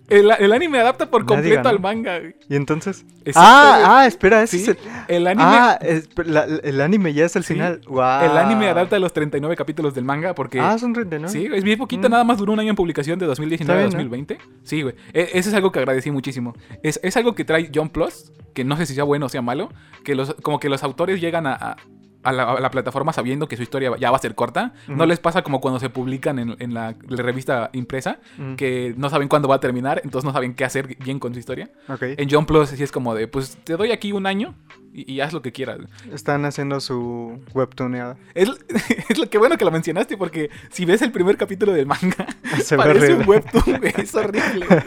Speaker 1: El, el anime adapta por
Speaker 2: Nadie
Speaker 1: completo
Speaker 2: ganó.
Speaker 1: al manga. güey.
Speaker 2: ¿Y entonces?
Speaker 1: Exacto,
Speaker 2: Ah,
Speaker 1: güey.
Speaker 2: ah, espera, ese
Speaker 1: este Sí,
Speaker 2: es el...
Speaker 1: El anime,
Speaker 2: Ah, es- la- el anime ya es el
Speaker 1: Sí.
Speaker 2: final. Guau.
Speaker 1: el anime adapta los 39 capítulos del manga porque...
Speaker 2: Ah, son 39.
Speaker 1: Sí, es bien poquita,
Speaker 2: Mm.
Speaker 1: nada más duró un año en publicación de 2019 a
Speaker 2: Está bien, ¿eh?
Speaker 1: 2020. Sí, güey. E- eso es algo que agradecí muchísimo. Es, es algo que trae John Plus, que no sé si sea bueno o sea malo, que los, como que los autores llegan a, a- a la, a la plataforma sabiendo que su historia ya va a ser corta. No
Speaker 2: Ujú.
Speaker 1: les pasa como cuando se publican en, en la, la revista impresa,
Speaker 2: Mm,
Speaker 1: que no saben cuándo va a terminar, entonces no saben qué hacer bien con su historia.
Speaker 2: ok.
Speaker 1: En John Plus sí es como de, pues te doy aquí un año y, y haz lo que quieras.
Speaker 2: Están haciendo su webtuneada.
Speaker 1: Es, es lo que bueno que lo mencionaste porque si ves el primer capítulo del manga...
Speaker 2: Se ve
Speaker 1: Parece
Speaker 2: horrible.
Speaker 1: un webtoon, güey. Es horrible. güey.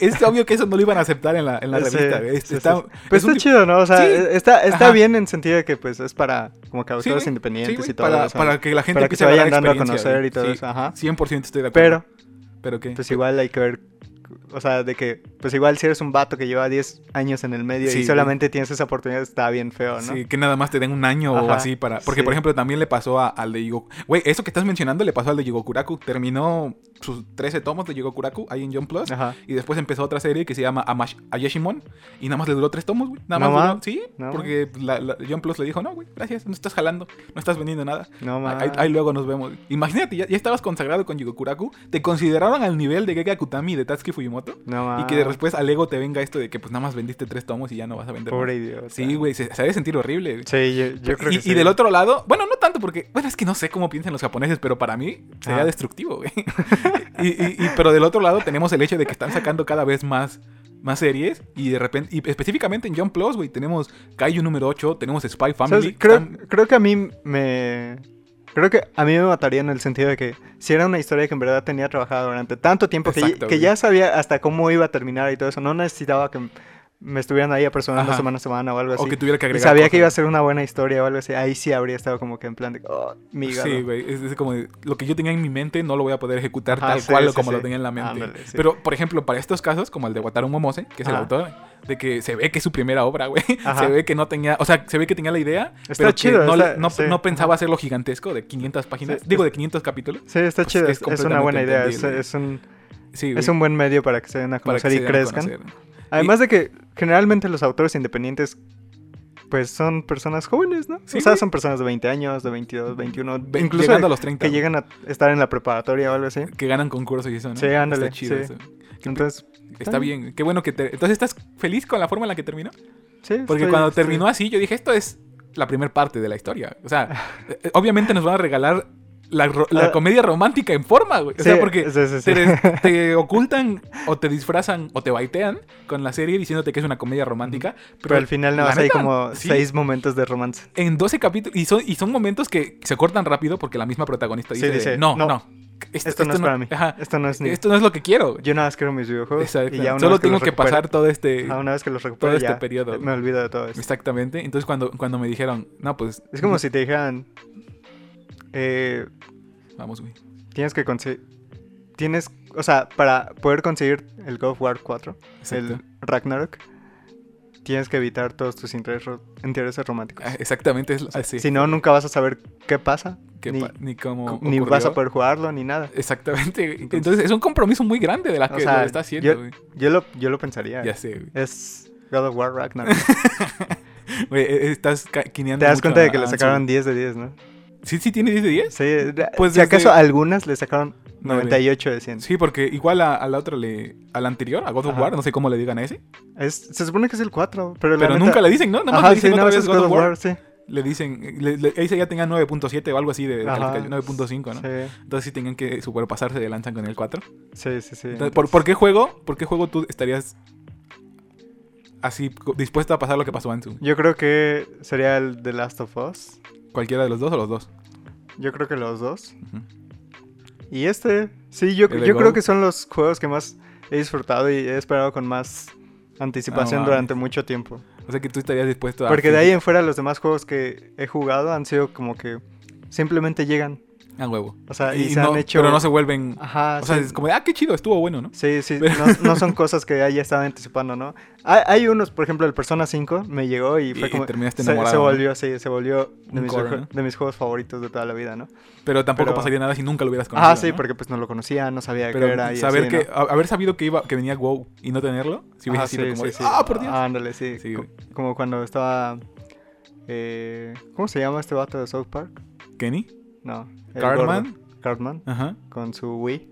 Speaker 1: es obvio que eso no lo iban a aceptar en la, en la
Speaker 2: Sí,
Speaker 1: revista, güey. Este,
Speaker 2: sí,
Speaker 1: Está,
Speaker 2: sí. Pero
Speaker 1: es un
Speaker 2: está
Speaker 1: tipo-
Speaker 2: chido, ¿no? O sea, e,
Speaker 1: Sí.
Speaker 2: está, está
Speaker 1: Ajá.
Speaker 2: bien en sentido de que pues es para como que
Speaker 1: Sí,
Speaker 2: autores
Speaker 1: güey. Sí,
Speaker 2: independientes
Speaker 1: güey,
Speaker 2: y todo
Speaker 1: para,
Speaker 2: eso.
Speaker 1: para que la gente
Speaker 2: para que
Speaker 1: empiece
Speaker 2: se vayan
Speaker 1: agarrar
Speaker 2: dando a
Speaker 1: experiencia,
Speaker 2: conocer y todo
Speaker 1: güey.
Speaker 2: eso, ajá.
Speaker 1: 100% estoy de acuerdo.
Speaker 2: Pero
Speaker 1: ¿Pero qué?
Speaker 2: pues igual hay que ver, o sea, de que pues igual si eres un vato que lleva 10 años en el medio
Speaker 1: Sí,
Speaker 2: y
Speaker 1: güey.
Speaker 2: solamente tienes esa oportunidad está bien feo, ¿no?
Speaker 1: Sí, que nada más te den un año o
Speaker 2: Ajá,
Speaker 1: así para... Porque,
Speaker 2: sí.
Speaker 1: por ejemplo, también le pasó a- al de Yigo... Güey, eso que estás mencionando le pasó al de Yigokuraku. Terminó sus 13 tomos de Yigokuraku ahí en John Plus.
Speaker 2: Ajá.
Speaker 1: Y después empezó otra serie que se llama Amash Ayashimon. Y nada más le duró tres tomos, güey. Nada
Speaker 2: No
Speaker 1: más.
Speaker 2: ma.
Speaker 1: duró- sí,
Speaker 2: No ma.
Speaker 1: porque la, la- John Plus le dijo, no, güey, gracias, no estás jalando, no estás vendiendo nada.
Speaker 2: No
Speaker 1: Ahí-
Speaker 2: más.
Speaker 1: Ahí, ahí luego nos vemos. Imagínate, ya, ya estabas consagrado con Yugokuraku, te consideraron al nivel de Gege Akutami y de Tatsuki Fujimoto.
Speaker 2: No más.
Speaker 1: Y que después al ego te venga esto de que pues nada más vendiste tres tomos y ya no vas a vender. más.
Speaker 2: Pobre idiota.
Speaker 1: Sí, güey, se, se ha de sentir horrible. güey.
Speaker 2: Sí, yo, yo creo
Speaker 1: y,
Speaker 2: que sí.
Speaker 1: y del otro lado, bueno, no tanto porque, bueno, es que no sé cómo piensan los japoneses, pero para mí sería
Speaker 2: Ah.
Speaker 1: destructivo, güey. y, y- y- pero del otro lado tenemos el hecho de que están sacando cada vez más, más series y de repente, y específicamente en John Plus, güey, tenemos Kaiju número 8, tenemos Spy
Speaker 2: ¿Sabes?
Speaker 1: Family.
Speaker 2: Creo,
Speaker 1: están-
Speaker 2: creo que a mí me. Creo que a mí me mataría en el sentido de que si era una historia que en verdad tenía trabajada durante tanto tiempo que,
Speaker 1: Exacto,
Speaker 2: que
Speaker 1: güey.
Speaker 2: ya sabía hasta cómo iba a terminar y todo eso, no necesitaba que m- me estuvieran ahí apresurando
Speaker 1: Ajá.
Speaker 2: semana a semana o algo así.
Speaker 1: o que tuviera que
Speaker 2: y
Speaker 1: agregar.
Speaker 2: sabía que
Speaker 1: cosas.
Speaker 2: iba a ser una buena historia o algo así. Ahí sí habría estado como que en plan de. Oh, mi hígado.
Speaker 1: Sí, güey. Es, es como de, lo que yo tenía en mi mente no lo voy a poder ejecutar
Speaker 2: Ajá,
Speaker 1: tal
Speaker 2: Ah, sí,
Speaker 1: cual o
Speaker 2: sí,
Speaker 1: como
Speaker 2: sí.
Speaker 1: lo tenía en la mente.
Speaker 2: Ándale, sí.
Speaker 1: Pero, por ejemplo, para estos casos, como el de Wataru Momose, que es el
Speaker 2: Ajá.
Speaker 1: autor, de que se ve que es su primera obra, güey.
Speaker 2: Ajá.
Speaker 1: Se ve que no tenía, o sea, se ve que tenía la idea,
Speaker 2: Está
Speaker 1: pero que
Speaker 2: chido,
Speaker 1: no,
Speaker 2: está-
Speaker 1: no-
Speaker 2: sí.
Speaker 1: no pensaba hacerlo gigantesco de 500 páginas,
Speaker 2: Sí,
Speaker 1: digo,
Speaker 2: es-
Speaker 1: de 500 capítulos.
Speaker 2: Sí, está
Speaker 1: Pues
Speaker 2: chido.
Speaker 1: es
Speaker 2: Es, es una buena
Speaker 1: completamente
Speaker 2: idea. Es,
Speaker 1: entendible.
Speaker 2: es un,
Speaker 1: Sí, güey,
Speaker 2: es un buen medio para que se den a
Speaker 1: para
Speaker 2: conocer
Speaker 1: que
Speaker 2: y
Speaker 1: se den a
Speaker 2: crezcan.
Speaker 1: conocer.
Speaker 2: Además de que generalmente los autores independientes pues son personas jóvenes, ¿no?
Speaker 1: Sí,
Speaker 2: o sea,
Speaker 1: güey.
Speaker 2: son personas de 20 años, de 22, 21,
Speaker 1: Ve-
Speaker 2: incluso
Speaker 1: llegando a
Speaker 2: de-
Speaker 1: los 30.
Speaker 2: que llegan a estar en la preparatoria o algo así.
Speaker 1: que ganan concursos y eso, ¿no?
Speaker 2: Sí, ándale,
Speaker 1: Está chido
Speaker 2: sí.
Speaker 1: eso.
Speaker 2: Entonces,
Speaker 1: Está bien. Qué bueno que te... Entonces, ¿estás feliz con la forma en la que terminó?
Speaker 2: sí.
Speaker 1: Porque
Speaker 2: estoy-
Speaker 1: cuando
Speaker 2: estoy-
Speaker 1: terminó así, yo dije, esto es la primera parte de la historia. O sea, eh, obviamente nos van a regalar la, ro- la
Speaker 2: Ah.
Speaker 1: comedia romántica en forma, güey. O
Speaker 2: Sí,
Speaker 1: sea, porque
Speaker 2: sí, sí, sí.
Speaker 1: te, des- te ocultan o te disfrazan o te baitean con la serie diciéndote que es una comedia romántica. Pero,
Speaker 2: Pero al final nada
Speaker 1: la
Speaker 2: más hay
Speaker 1: neta,
Speaker 2: como
Speaker 1: sí,
Speaker 2: seis momentos de romance.
Speaker 1: En 12 capítulos. Y son, y son momentos que se cortan rápido porque la misma protagonista
Speaker 2: Sí,
Speaker 1: dice, de,
Speaker 2: dice,
Speaker 1: no, no,
Speaker 2: "No,
Speaker 1: esto,
Speaker 2: Esto, no es para mí.
Speaker 1: ajá,
Speaker 2: Esto no es ni...
Speaker 1: esto no es lo que quiero.
Speaker 2: Yo nada más quiero mis videojuegos.
Speaker 1: Exacto.
Speaker 2: Y ya una
Speaker 1: Solo
Speaker 2: vez
Speaker 1: tengo
Speaker 2: los
Speaker 1: que
Speaker 2: recupere-
Speaker 1: pasar todo este...
Speaker 2: Ah, una vez que los recupero
Speaker 1: este
Speaker 2: ya,
Speaker 1: periodo, güey.
Speaker 2: Me olvido de todo esto.
Speaker 1: Exactamente. Entonces cuando, cuando me dijeron, no, pues...
Speaker 2: Es como si te dijeran... Eh,
Speaker 1: Vamos, güey.
Speaker 2: Tienes que conseguir. Tienes. O sea, para poder conseguir el God of War 4,
Speaker 1: Exacto.
Speaker 2: el Ragnarok, tienes que evitar todos tus intereses, ro- intereses románticos.
Speaker 1: Ah, Exactamente, es así.
Speaker 2: Si no, nunca vas a saber qué pasa.
Speaker 1: que
Speaker 2: ni
Speaker 1: pa- ni cómo
Speaker 2: ni vas a
Speaker 1: ocurrió.
Speaker 2: poder jugarlo, ni nada.
Speaker 1: Exactamente. güey. Entonces es un compromiso muy grande de la
Speaker 2: O
Speaker 1: que
Speaker 2: sea,
Speaker 1: lo está haciendo.
Speaker 2: yo-
Speaker 1: güey.
Speaker 2: Yo lo, yo lo pensaría.
Speaker 1: Ya sé, güey.
Speaker 2: Es God of War Ragnarok.
Speaker 1: Güey, eh, Estás ca- quineando
Speaker 2: Te das
Speaker 1: mucho
Speaker 2: cuenta de
Speaker 1: a-
Speaker 2: que le
Speaker 1: a Ansu.
Speaker 2: sacaron 10 de 10, ¿no?
Speaker 1: Sí, sí, tiene 10 de 10.
Speaker 2: Sí. de-
Speaker 1: Pues
Speaker 2: si acaso
Speaker 1: desde-
Speaker 2: algunas le sacaron
Speaker 1: Nueve.
Speaker 2: 98 de 100.
Speaker 1: Sí, porque igual a, a la otra, le, a la anterior, a God of
Speaker 2: Ajá.
Speaker 1: War, no sé cómo le digan a ese.
Speaker 2: Es- se supone que es el 4, pero, la
Speaker 1: Pero
Speaker 2: neta-
Speaker 1: nunca le dicen, ¿no? Nada más
Speaker 2: Ajá,
Speaker 1: le dicen
Speaker 2: sí,
Speaker 1: otra
Speaker 2: nada más
Speaker 1: vez
Speaker 2: es
Speaker 1: God of War.
Speaker 2: sí.
Speaker 1: Le dicen, le- le- ese ya tenga 9.7 o algo así de, de
Speaker 2: Ajá,
Speaker 1: calificación, 9.5, ¿no?
Speaker 2: Sí.
Speaker 1: Entonces sí tengan que superpasarse de lanzan con el 4.
Speaker 2: Sí, sí, sí.
Speaker 1: Entonces, ¿por, por qué juego? ¿Por qué juego tú estarías así co- dispuesto a pasar lo que pasó a Ansu?
Speaker 2: Yo creo que sería el The Last of Us.
Speaker 1: ¿Cualquiera de los dos o los dos?
Speaker 2: Yo creo que los dos.
Speaker 1: Ujú.
Speaker 2: Y este, sí, yo,
Speaker 1: ¿El de
Speaker 2: yo creo
Speaker 1: Go?
Speaker 2: que son los juegos que más he disfrutado y he esperado con más anticipación
Speaker 1: Ah, mames. Ah,
Speaker 2: durante mucho tiempo.
Speaker 1: O sea que tú estarías dispuesto a.
Speaker 2: Porque de ahí en fuera los demás juegos que he jugado han sido como que simplemente llegan.
Speaker 1: A huevo.
Speaker 2: O sea, Ah, y,
Speaker 1: Y
Speaker 2: se
Speaker 1: no-
Speaker 2: han hecho...
Speaker 1: Pero no se vuelven.
Speaker 2: Ajá,
Speaker 1: o sea,
Speaker 2: sí.
Speaker 1: es como de, ah, qué chido, estuvo bueno, ¿no?
Speaker 2: Sí, sí,
Speaker 1: Pero-
Speaker 2: no, no son cosas que haya estado anticipando, ¿no? Hay, hay unos, por ejemplo, el Persona 5 me llegó y
Speaker 1: Y-
Speaker 2: fue
Speaker 1: y
Speaker 2: como...
Speaker 1: terminaste
Speaker 2: se- se,
Speaker 1: enamorado, ¿no?
Speaker 2: volvió, sí, se volvió de
Speaker 1: Un
Speaker 2: mis,
Speaker 1: core,
Speaker 2: jue-
Speaker 1: ¿no?
Speaker 2: de mis juegos favoritos de toda la vida, ¿no?
Speaker 1: Pero tampoco
Speaker 2: Pero-
Speaker 1: pasaría nada si nunca lo hubieras conocido.
Speaker 2: Ah, sí,
Speaker 1: ¿no?
Speaker 2: porque pues no lo conocía, no sabía qué era
Speaker 1: Pero
Speaker 2: y
Speaker 1: saber
Speaker 2: así,
Speaker 1: que.
Speaker 2: ¿no?
Speaker 1: a- Haber sabido que iba que venía WoW y no tenerlo, si hubiese
Speaker 2: Ajá,
Speaker 1: sido
Speaker 2: sí,
Speaker 1: como
Speaker 2: sí,
Speaker 1: de,
Speaker 2: sí.
Speaker 1: ah, por Dios.
Speaker 2: Ándale, sí.
Speaker 1: Sí,
Speaker 2: Co-
Speaker 1: güey.
Speaker 2: como cuando estaba... eh, ¿Cómo se llama este vato de South Park?
Speaker 1: Kenny,
Speaker 2: No. el
Speaker 1: Cartman.
Speaker 2: gordo. Cartman,
Speaker 1: Ajá,
Speaker 2: con su Wii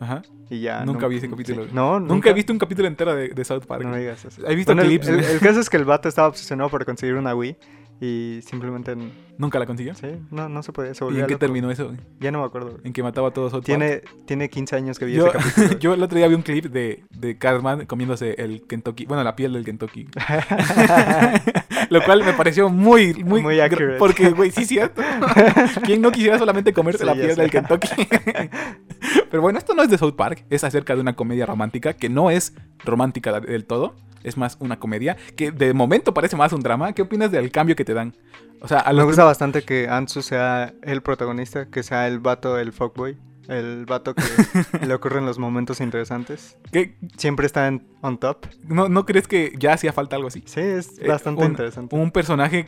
Speaker 1: ajá.
Speaker 2: y ya.
Speaker 1: Nunca vi ese capítulo, güey.
Speaker 2: No,
Speaker 1: Nunca, he visto un capítulo entero de, de South Park.
Speaker 2: No me digas eso.
Speaker 1: He visto
Speaker 2: el-
Speaker 1: clips,
Speaker 2: el,
Speaker 1: güey.
Speaker 2: el caso es que el vato estaba obsesionado por conseguir una Wii y simplemente n-
Speaker 1: Nunca la consiguió.
Speaker 2: sí, no, no se podía,
Speaker 1: ¿Y
Speaker 2: se volvía
Speaker 1: en qué
Speaker 2: loco.
Speaker 1: terminó eso? güey?
Speaker 2: Ya no me acuerdo. güey.
Speaker 1: En que mataba a todos South Park.
Speaker 2: Tiene, tiene 15 años que vi
Speaker 1: Yo,
Speaker 2: ese capítulo. güey.
Speaker 1: yo el otro día vi un clip de, de Cartman comiéndose el Kentucky, bueno, la piel del Kentucky. Lo cual me pareció muy, muy,
Speaker 2: Muy
Speaker 1: gr-
Speaker 2: accurate.
Speaker 1: Porque, güey, sí es cierto. ¿Quién no quisiera solamente comerse
Speaker 2: Sí,
Speaker 1: la
Speaker 2: ya
Speaker 1: piel
Speaker 2: sé.
Speaker 1: del Kentucky? Pero bueno, esto no es de South Park, es acerca de una comedia romántica que no es romántica del todo, es más una comedia que de momento parece más un drama. ¿Qué opinas del cambio que te dan? O sea, a
Speaker 2: me
Speaker 1: los
Speaker 2: gusta bastante que Ansu sea el protagonista, que sea el vato, el fuckboy, el vato que le ocurren los momentos interesantes.
Speaker 1: ¿qué-
Speaker 2: Siempre está en, on top.
Speaker 1: no, ¿no crees que ya hacía falta algo así?
Speaker 2: Sí, es
Speaker 1: Eh,
Speaker 2: bastante
Speaker 1: un-
Speaker 2: interesante.
Speaker 1: Un personaje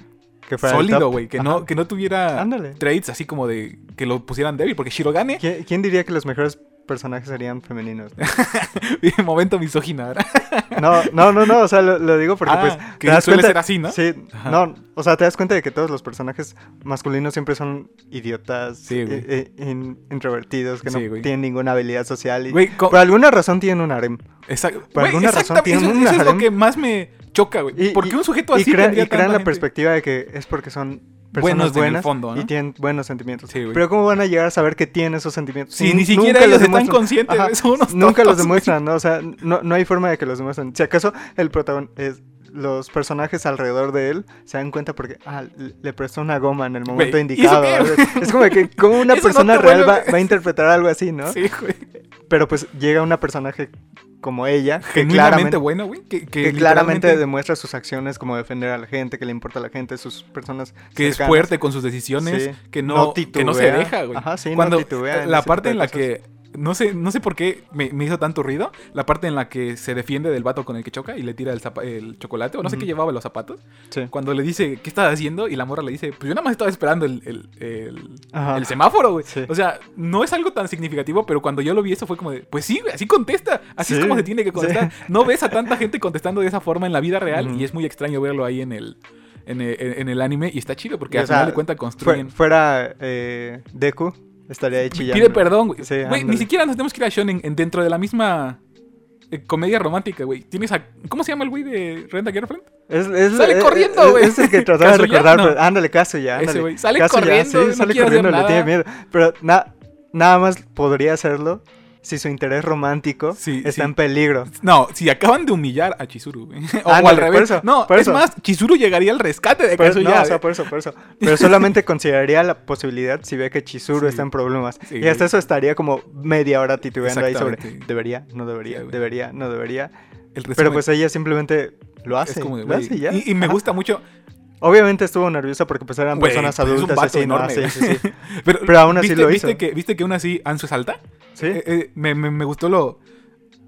Speaker 2: que fuera el
Speaker 1: sólido,
Speaker 2: top.
Speaker 1: güey, que
Speaker 2: Ajá. Ah,
Speaker 1: no, que no tuviera
Speaker 2: Ándale.
Speaker 1: traits así como de que lo pusieran débil, porque Shirogane,
Speaker 2: ¿Qui- ¿Quién diría que los mejores personajes serían femeninos?
Speaker 1: momento misógina, ¿verdad?
Speaker 2: No, no, no, no, o sea, lo, lo digo porque
Speaker 1: Ah,
Speaker 2: pues...
Speaker 1: que suele ser así, ¿no?
Speaker 2: Sí,
Speaker 1: Ajá.
Speaker 2: no, o sea, te das cuenta de que todos los personajes masculinos siempre son idiotas,
Speaker 1: Sí, güey.
Speaker 2: eh, eh, in- introvertidos, que no
Speaker 1: Sí, güey.
Speaker 2: tienen ninguna habilidad social y...
Speaker 1: Güey, co-
Speaker 2: por alguna razón tienen un harem.
Speaker 1: Exac-
Speaker 2: Por
Speaker 1: güey,
Speaker 2: alguna razón
Speaker 1: exactamente,
Speaker 2: tienen
Speaker 1: eso,
Speaker 2: un
Speaker 1: eso es lo
Speaker 2: harem.
Speaker 1: que más me choca, güey.
Speaker 2: Y-
Speaker 1: ¿Por qué
Speaker 2: y-
Speaker 1: un sujeto así
Speaker 2: y,
Speaker 1: Pues
Speaker 2: crea-
Speaker 1: tendría
Speaker 2: y crean
Speaker 1: tanta
Speaker 2: la
Speaker 1: gente?
Speaker 2: perspectiva de que es porque son
Speaker 1: Buenos
Speaker 2: personas
Speaker 1: en el
Speaker 2: buenas
Speaker 1: fondo, ¿no?
Speaker 2: y tienen buenos sentimientos.
Speaker 1: Sí, güey.
Speaker 2: Pero ¿cómo van a llegar a saber que tienen esos sentimientos?
Speaker 1: Si
Speaker 2: Nun-
Speaker 1: ni siquiera
Speaker 2: nunca
Speaker 1: ellos
Speaker 2: los
Speaker 1: están
Speaker 2: demuestran.
Speaker 1: conscientes,
Speaker 2: Ajá,
Speaker 1: güey, son unos
Speaker 2: Nunca los
Speaker 1: tontos, güey.
Speaker 2: demuestran, ¿no? O sea, no, no hay forma de que los demuestren. Si acaso el protagon es- los personajes alrededor de él se dan cuenta porque ah, le- le prestó una goma en el momento
Speaker 1: Güey, ¿y eso
Speaker 2: indicado.
Speaker 1: qué?
Speaker 2: ¿verdad? Es como que como una
Speaker 1: Eso no
Speaker 2: persona
Speaker 1: te
Speaker 2: real va,
Speaker 1: vuelve-
Speaker 2: va a interpretar algo así, ¿no?
Speaker 1: Sí, güey.
Speaker 2: Pero pues llega una personaje como ella que
Speaker 1: Genuinamente
Speaker 2: claramente
Speaker 1: bueno, güey. Que, que
Speaker 2: que claramente
Speaker 1: literalmente-
Speaker 2: demuestra sus acciones como defender a la gente, que le importa a la gente, sus personas.
Speaker 1: que es
Speaker 2: cercanas.
Speaker 1: fuerte con sus decisiones,
Speaker 2: Sí.
Speaker 1: que,
Speaker 2: No
Speaker 1: no, que no se
Speaker 2: titubea.
Speaker 1: deja, güey.
Speaker 2: Ajá, sí, no
Speaker 1: Cuando
Speaker 2: titubea en
Speaker 1: la
Speaker 2: ese
Speaker 1: parte
Speaker 2: tipo
Speaker 1: en
Speaker 2: de
Speaker 1: la que no sé, no sé por qué me, me hizo tanto ruido, la parte en la que se defiende del vato con el que choca y le tira el, zapa- el chocolate o no sé
Speaker 2: Ujú.
Speaker 1: qué llevaba los zapatos.
Speaker 2: Sí.
Speaker 1: Cuando le dice, ¿qué estás haciendo? Y la morra le dice, pues yo nada más estaba esperando el, el- el-
Speaker 2: Ajá.
Speaker 1: el semáforo, güey.
Speaker 2: Sí.
Speaker 1: O sea, no es algo tan significativo, pero cuando yo lo vi eso fue como de, pues sí, güey, así contesta. Así es
Speaker 2: Sí.
Speaker 1: como se tiene que
Speaker 2: Sí.
Speaker 1: contestar. No ves a tanta gente contestando de esa forma en la vida real
Speaker 2: Ujú.
Speaker 1: y es muy extraño verlo ahí en el... En el, en el anime y está chido porque
Speaker 2: Y, o
Speaker 1: al final
Speaker 2: sea,
Speaker 1: de cuentas
Speaker 2: Fue-
Speaker 1: construyen.
Speaker 2: fuera eh, Deku, estaría ahí chillando.
Speaker 1: Pide perdón, güey.
Speaker 2: Sí,
Speaker 1: Güey,
Speaker 2: ándale.
Speaker 1: ni siquiera nos tenemos que ir a Shonen en- dentro de la misma eh, comedia romántica, güey. Tienes a. ¿Cómo se llama el güey de Renta Girlfriend?
Speaker 2: Es, es-
Speaker 1: Sale
Speaker 2: es-
Speaker 1: corriendo,
Speaker 2: es-
Speaker 1: güey.
Speaker 2: Es el que trataba de
Speaker 1: ¿Kazuya?
Speaker 2: recordar,
Speaker 1: No.
Speaker 2: pero ándale, caso ya.
Speaker 1: Ese
Speaker 2: Ándale.
Speaker 1: güey. Sale
Speaker 2: Kazuya,
Speaker 1: corriendo, no
Speaker 2: sale
Speaker 1: quiere hacer
Speaker 2: corriendo, le tiene miedo.
Speaker 1: nada.
Speaker 2: Pero na- nada más podría hacerlo si su interés romántico
Speaker 1: Sí,
Speaker 2: está
Speaker 1: sí.
Speaker 2: en peligro.
Speaker 1: No, si acaban de humillar a Chizuru, güey. O,
Speaker 2: Ándale,
Speaker 1: al
Speaker 2: Ah, por
Speaker 1: revés.
Speaker 2: eso,
Speaker 1: no,
Speaker 2: por
Speaker 1: es
Speaker 2: eso.
Speaker 1: más, Chizuru llegaría al rescate de
Speaker 2: Pero, no,
Speaker 1: Kazuya.
Speaker 2: o sea,
Speaker 1: güey.
Speaker 2: por eso, por eso. Pero solamente consideraría la posibilidad si ve que Chizuru
Speaker 1: Sí.
Speaker 2: está en problemas.
Speaker 1: Sí,
Speaker 2: y hasta
Speaker 1: güey.
Speaker 2: eso estaría como media hora titubeando ahí sobre
Speaker 1: Exactamente.
Speaker 2: debería, no debería,
Speaker 1: Sí, güey.
Speaker 2: debería, no debería.
Speaker 1: El resumen
Speaker 2: Pero pues ella simplemente lo
Speaker 1: es
Speaker 2: hace.
Speaker 1: como de,
Speaker 2: lo
Speaker 1: güey,
Speaker 2: hace y ya.
Speaker 1: Y, y me
Speaker 2: Ajá.
Speaker 1: gusta mucho.
Speaker 2: Obviamente estuvo nerviosa porque pues eran
Speaker 1: Güey,
Speaker 2: personas
Speaker 1: pues, es un
Speaker 2: adultas
Speaker 1: vato
Speaker 2: así, ¿no?
Speaker 1: enorme,
Speaker 2: Sí, sí, sí.
Speaker 1: Pero,
Speaker 2: Pero aún así
Speaker 1: ¿viste,
Speaker 2: lo
Speaker 1: ¿viste
Speaker 2: hizo.
Speaker 1: que, ¿Viste que aún así Ansu es alta?
Speaker 2: Sí.
Speaker 1: Eh, eh, me, me- me gustó lo.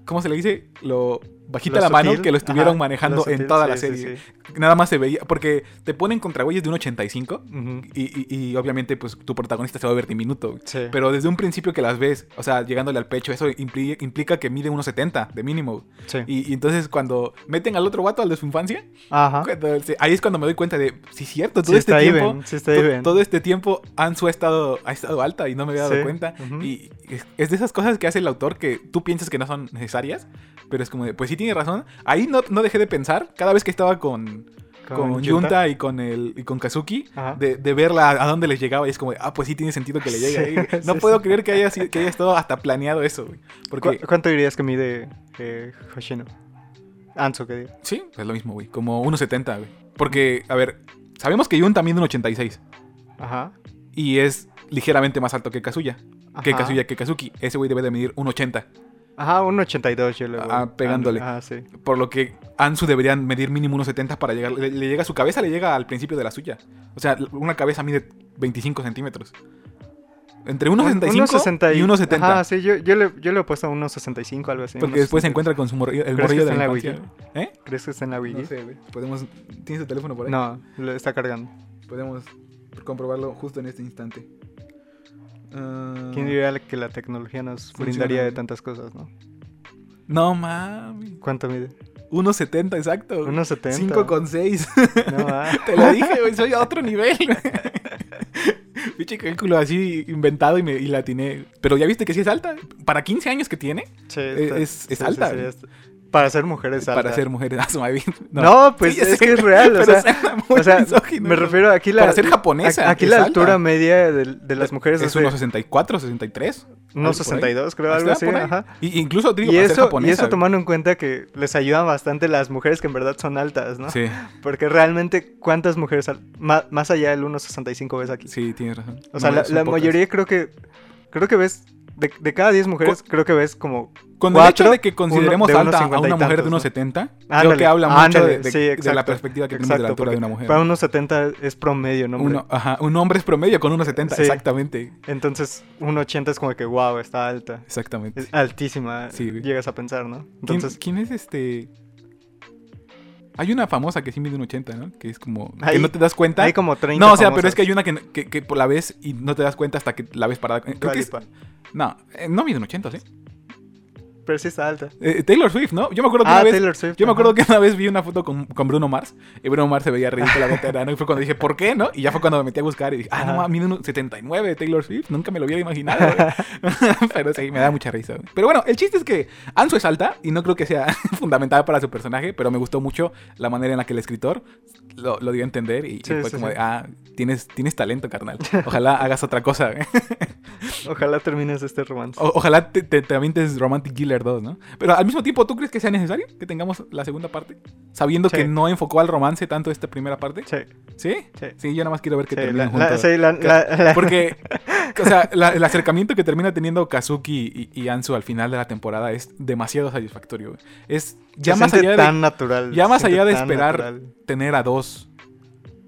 Speaker 1: ¿Cómo se le dice? Lo bajita
Speaker 2: Lo
Speaker 1: la mano
Speaker 2: sutil,
Speaker 1: que lo estuvieron
Speaker 2: ajá,
Speaker 1: manejando
Speaker 2: lo sutil,
Speaker 1: en toda
Speaker 2: sí,
Speaker 1: la
Speaker 2: sí,
Speaker 1: serie.
Speaker 2: sí.
Speaker 1: Nada más se veía. Porque te ponen contra güeyes de un 85.
Speaker 2: Ujú.
Speaker 1: Y, y, y obviamente, pues tu protagonista se va a ver diminuto. güey.
Speaker 2: Sí.
Speaker 1: Pero desde un principio que las ves, o sea, llegándole al pecho, eso impli- implica que mide 1,70 de mínimo.
Speaker 2: Sí.
Speaker 1: Y, y entonces, cuando meten al otro guato, al de su infancia,
Speaker 2: Ajá.
Speaker 1: cuando se- ahí es cuando me doy cuenta de, sí, cierto, todo
Speaker 2: Sí
Speaker 1: este
Speaker 2: está
Speaker 1: tiempo.
Speaker 2: even, sí está
Speaker 1: to-
Speaker 2: even.
Speaker 1: Todo este tiempo Ansu ha estado, ha estado alta y no me había dado
Speaker 2: Sí,
Speaker 1: cuenta.
Speaker 2: ujú.
Speaker 1: Y es, es de esas cosas que hace el autor que tú piensas que no son necesarias, pero es como de, pues sí tiene razón. Ahí no, no dejé de pensar, cada vez que estaba con, con,
Speaker 2: Yunta.
Speaker 1: Yunta y con el y con Kazuki,
Speaker 2: Ajá.
Speaker 1: de, de verla a dónde les llegaba y es como, de, ah, pues sí tiene sentido que le llegue ahí.
Speaker 2: Sí,
Speaker 1: No
Speaker 2: sí,
Speaker 1: puedo
Speaker 2: sí.
Speaker 1: creer que haya, sido- que haya estado hasta planeado eso, güey. Porque,
Speaker 2: ¿Cu- ¿Cuánto dirías que mide eh, Hoshino? Anzu, que diga.
Speaker 1: sí, es lo mismo, güey. Como 1.70, güey. Porque, a ver, sabemos que Yunta mide un 86.
Speaker 2: Ajá.
Speaker 1: Y es ligeramente más alto que Kazuya. Que
Speaker 2: Ajá.
Speaker 1: Kazuya que Kazuki. Ese güey debe de medir 1.80.
Speaker 2: Ajá, un 82 yo le voy.
Speaker 1: Ah, pegándole.
Speaker 2: Ah, sí.
Speaker 1: Por lo que Ansu deberían medir mínimo 1.70 para llegar. Le, le llega su cabeza, le llega al principio de la suya. O sea, una cabeza mide 25 centímetros. Entre 1.65 y 1.70.
Speaker 2: Ah, sí, yo, yo, le, yo le he puesto a 1.65, algo así.
Speaker 1: porque después se encuentra con su morrillo, el
Speaker 2: ¿Crees que
Speaker 1: morrillo de
Speaker 2: está
Speaker 1: la
Speaker 2: en la
Speaker 1: infancia. ¿Eh?
Speaker 2: ¿Crees que está en la Wii?
Speaker 1: No sé, güey. Podemos... ¿Tienes tu teléfono por ahí?
Speaker 2: No, lo está cargando.
Speaker 1: Podemos comprobarlo justo en este instante. Ah,
Speaker 2: ¿Quién diría que la tecnología nos
Speaker 1: Funciona,
Speaker 2: brindaría de
Speaker 1: güey.
Speaker 2: tantas cosas, no?
Speaker 1: No mames.
Speaker 2: ¿Cuánto mide?
Speaker 1: 1.70 exacto.
Speaker 2: 1.70.
Speaker 1: 5.6.
Speaker 2: No, ah.
Speaker 1: Te lo dije, güey, soy a otro nivel. Pinche cálculo así inventado y, me, y la atiné. Pero ya viste que sí es alta. Para 15 años que tiene,
Speaker 2: Sí,
Speaker 1: Es-
Speaker 2: está-
Speaker 1: Eh, es- es alta, güey.
Speaker 2: está- Para ser mujer es alta.
Speaker 1: para ser mujer, ah, su madre.
Speaker 2: No, pues,
Speaker 1: ya
Speaker 2: es
Speaker 1: sé,
Speaker 2: que es real, o
Speaker 1: pero
Speaker 2: sea,
Speaker 1: suena muy
Speaker 2: O sea,
Speaker 1: misógino,
Speaker 2: me
Speaker 1: ¿no?
Speaker 2: refiero aquí la...
Speaker 1: Para ser japonesa,
Speaker 2: a- Aquí
Speaker 1: es
Speaker 2: la
Speaker 1: alta.
Speaker 2: altura media de, de las mujeres
Speaker 1: Es
Speaker 2: es,
Speaker 1: 1.64, 63.
Speaker 2: de 1.62, creo,
Speaker 1: Está
Speaker 2: algo así,
Speaker 1: por ahí.
Speaker 2: ajá.
Speaker 1: Y, incluso digo,
Speaker 2: Y
Speaker 1: para ser
Speaker 2: eso, y
Speaker 1: japonesa.
Speaker 2: eso
Speaker 1: güey.
Speaker 2: tomando en cuenta que les ayudan bastante las mujeres que en verdad son altas, ¿no?
Speaker 1: Sí,
Speaker 2: Porque realmente, ¿cuántas mujeres al- ma- más, allá del 1.65 ves aquí?
Speaker 1: sí, tienes razón.
Speaker 2: O sea,
Speaker 1: No,
Speaker 2: la,
Speaker 1: son
Speaker 2: la
Speaker 1: pocas.
Speaker 2: mayoría creo que... Creo que ves... De, de cada 10 mujeres, creo que ves como...
Speaker 1: Con
Speaker 2: Cuatro,
Speaker 1: el hecho de que consideremos
Speaker 2: uno- de
Speaker 1: alta a
Speaker 2: 1.50 y
Speaker 1: una mujer
Speaker 2: tantos, ¿no?
Speaker 1: de 1.70, creo
Speaker 2: Ándale,
Speaker 1: que habla mucho
Speaker 2: ándale,
Speaker 1: de, de-
Speaker 2: sí,
Speaker 1: de la
Speaker 2: exacto,
Speaker 1: perspectiva que tenemos de
Speaker 2: exacto,
Speaker 1: la altura de
Speaker 2: porque
Speaker 1: una mujer.
Speaker 2: Para
Speaker 1: ¿no?
Speaker 2: 1.70 es promedio, ¿no? hombre?
Speaker 1: Uno- ajá, un hombre es promedio con 1.70,
Speaker 2: Sí.
Speaker 1: exactamente.
Speaker 2: Entonces, 1.80 es como que, wow, está alta.
Speaker 1: Exactamente.
Speaker 2: Es altísima,
Speaker 1: Sí, güey.
Speaker 2: llegas a pensar, ¿no?
Speaker 1: ¿Quién,
Speaker 2: Entonces,
Speaker 1: quién es este? Hay una famosa que sí mide un 80, ¿no? Que es como...
Speaker 2: Hay-
Speaker 1: que no te das cuenta.
Speaker 2: hay como 30
Speaker 1: no, o sea, pero
Speaker 2: famosas.
Speaker 1: es que hay una que, que, que por la ves y no te das cuenta hasta que la ves parada. Creo
Speaker 2: Dua
Speaker 1: que es-
Speaker 2: Lipa.
Speaker 1: no, eh, no mide un 80, ¿sí?
Speaker 2: Pero sí está alta.
Speaker 1: Eh, Taylor Swift, ¿no? Yo me acuerdo que
Speaker 2: Ah,
Speaker 1: una vez...
Speaker 2: Taylor Swift.
Speaker 1: Yo me
Speaker 2: ajá.
Speaker 1: acuerdo que una vez vi una foto con, con Bruno Mars y Bruno Mars se veía ridículamente enano y fue cuando dije, ¿por qué no? Y ya fue cuando me metí a buscar y dije, ah,
Speaker 2: Ajá.
Speaker 1: no, mames, mide un 79 de Taylor Swift, nunca me lo hubiera imaginado. güey. Pero sí, me da mucha risa. güey. Pero bueno, el chiste es que Anzu es alta y no creo que sea fundamental para su personaje, pero me gustó mucho la manera en la que el escritor lo, lo dio a entender y, y
Speaker 2: Sí,
Speaker 1: fue
Speaker 2: sí,
Speaker 1: como,
Speaker 2: sí.
Speaker 1: de, ah, tienes, tienes talento, carnal. Ojalá hagas otra cosa. güey.
Speaker 2: Ojalá termines este romance.
Speaker 1: O- ojalá te, te, te avientes Romantic Killer 2, ¿no? Pero al mismo tiempo, ¿tú crees que sea necesario que tengamos la segunda parte? Sabiendo
Speaker 2: Sí.
Speaker 1: que no enfocó al romance tanto esta primera parte.
Speaker 2: Sí,
Speaker 1: ¿Sí?
Speaker 2: sí.
Speaker 1: Sí, yo nada más quiero ver que
Speaker 2: sí,
Speaker 1: terminen
Speaker 2: la- la-
Speaker 1: juntos.
Speaker 2: sí, la- la- la-
Speaker 1: Porque, o sea, la- el acercamiento que termina teniendo Kazuki y, y Anzu al final de la temporada es demasiado satisfactorio. güey. Es ya
Speaker 2: se
Speaker 1: más
Speaker 2: siente
Speaker 1: allá de
Speaker 2: tan natural.
Speaker 1: ya
Speaker 2: se
Speaker 1: más
Speaker 2: siente
Speaker 1: allá de
Speaker 2: tan
Speaker 1: esperar-
Speaker 2: natural.
Speaker 1: tener a dos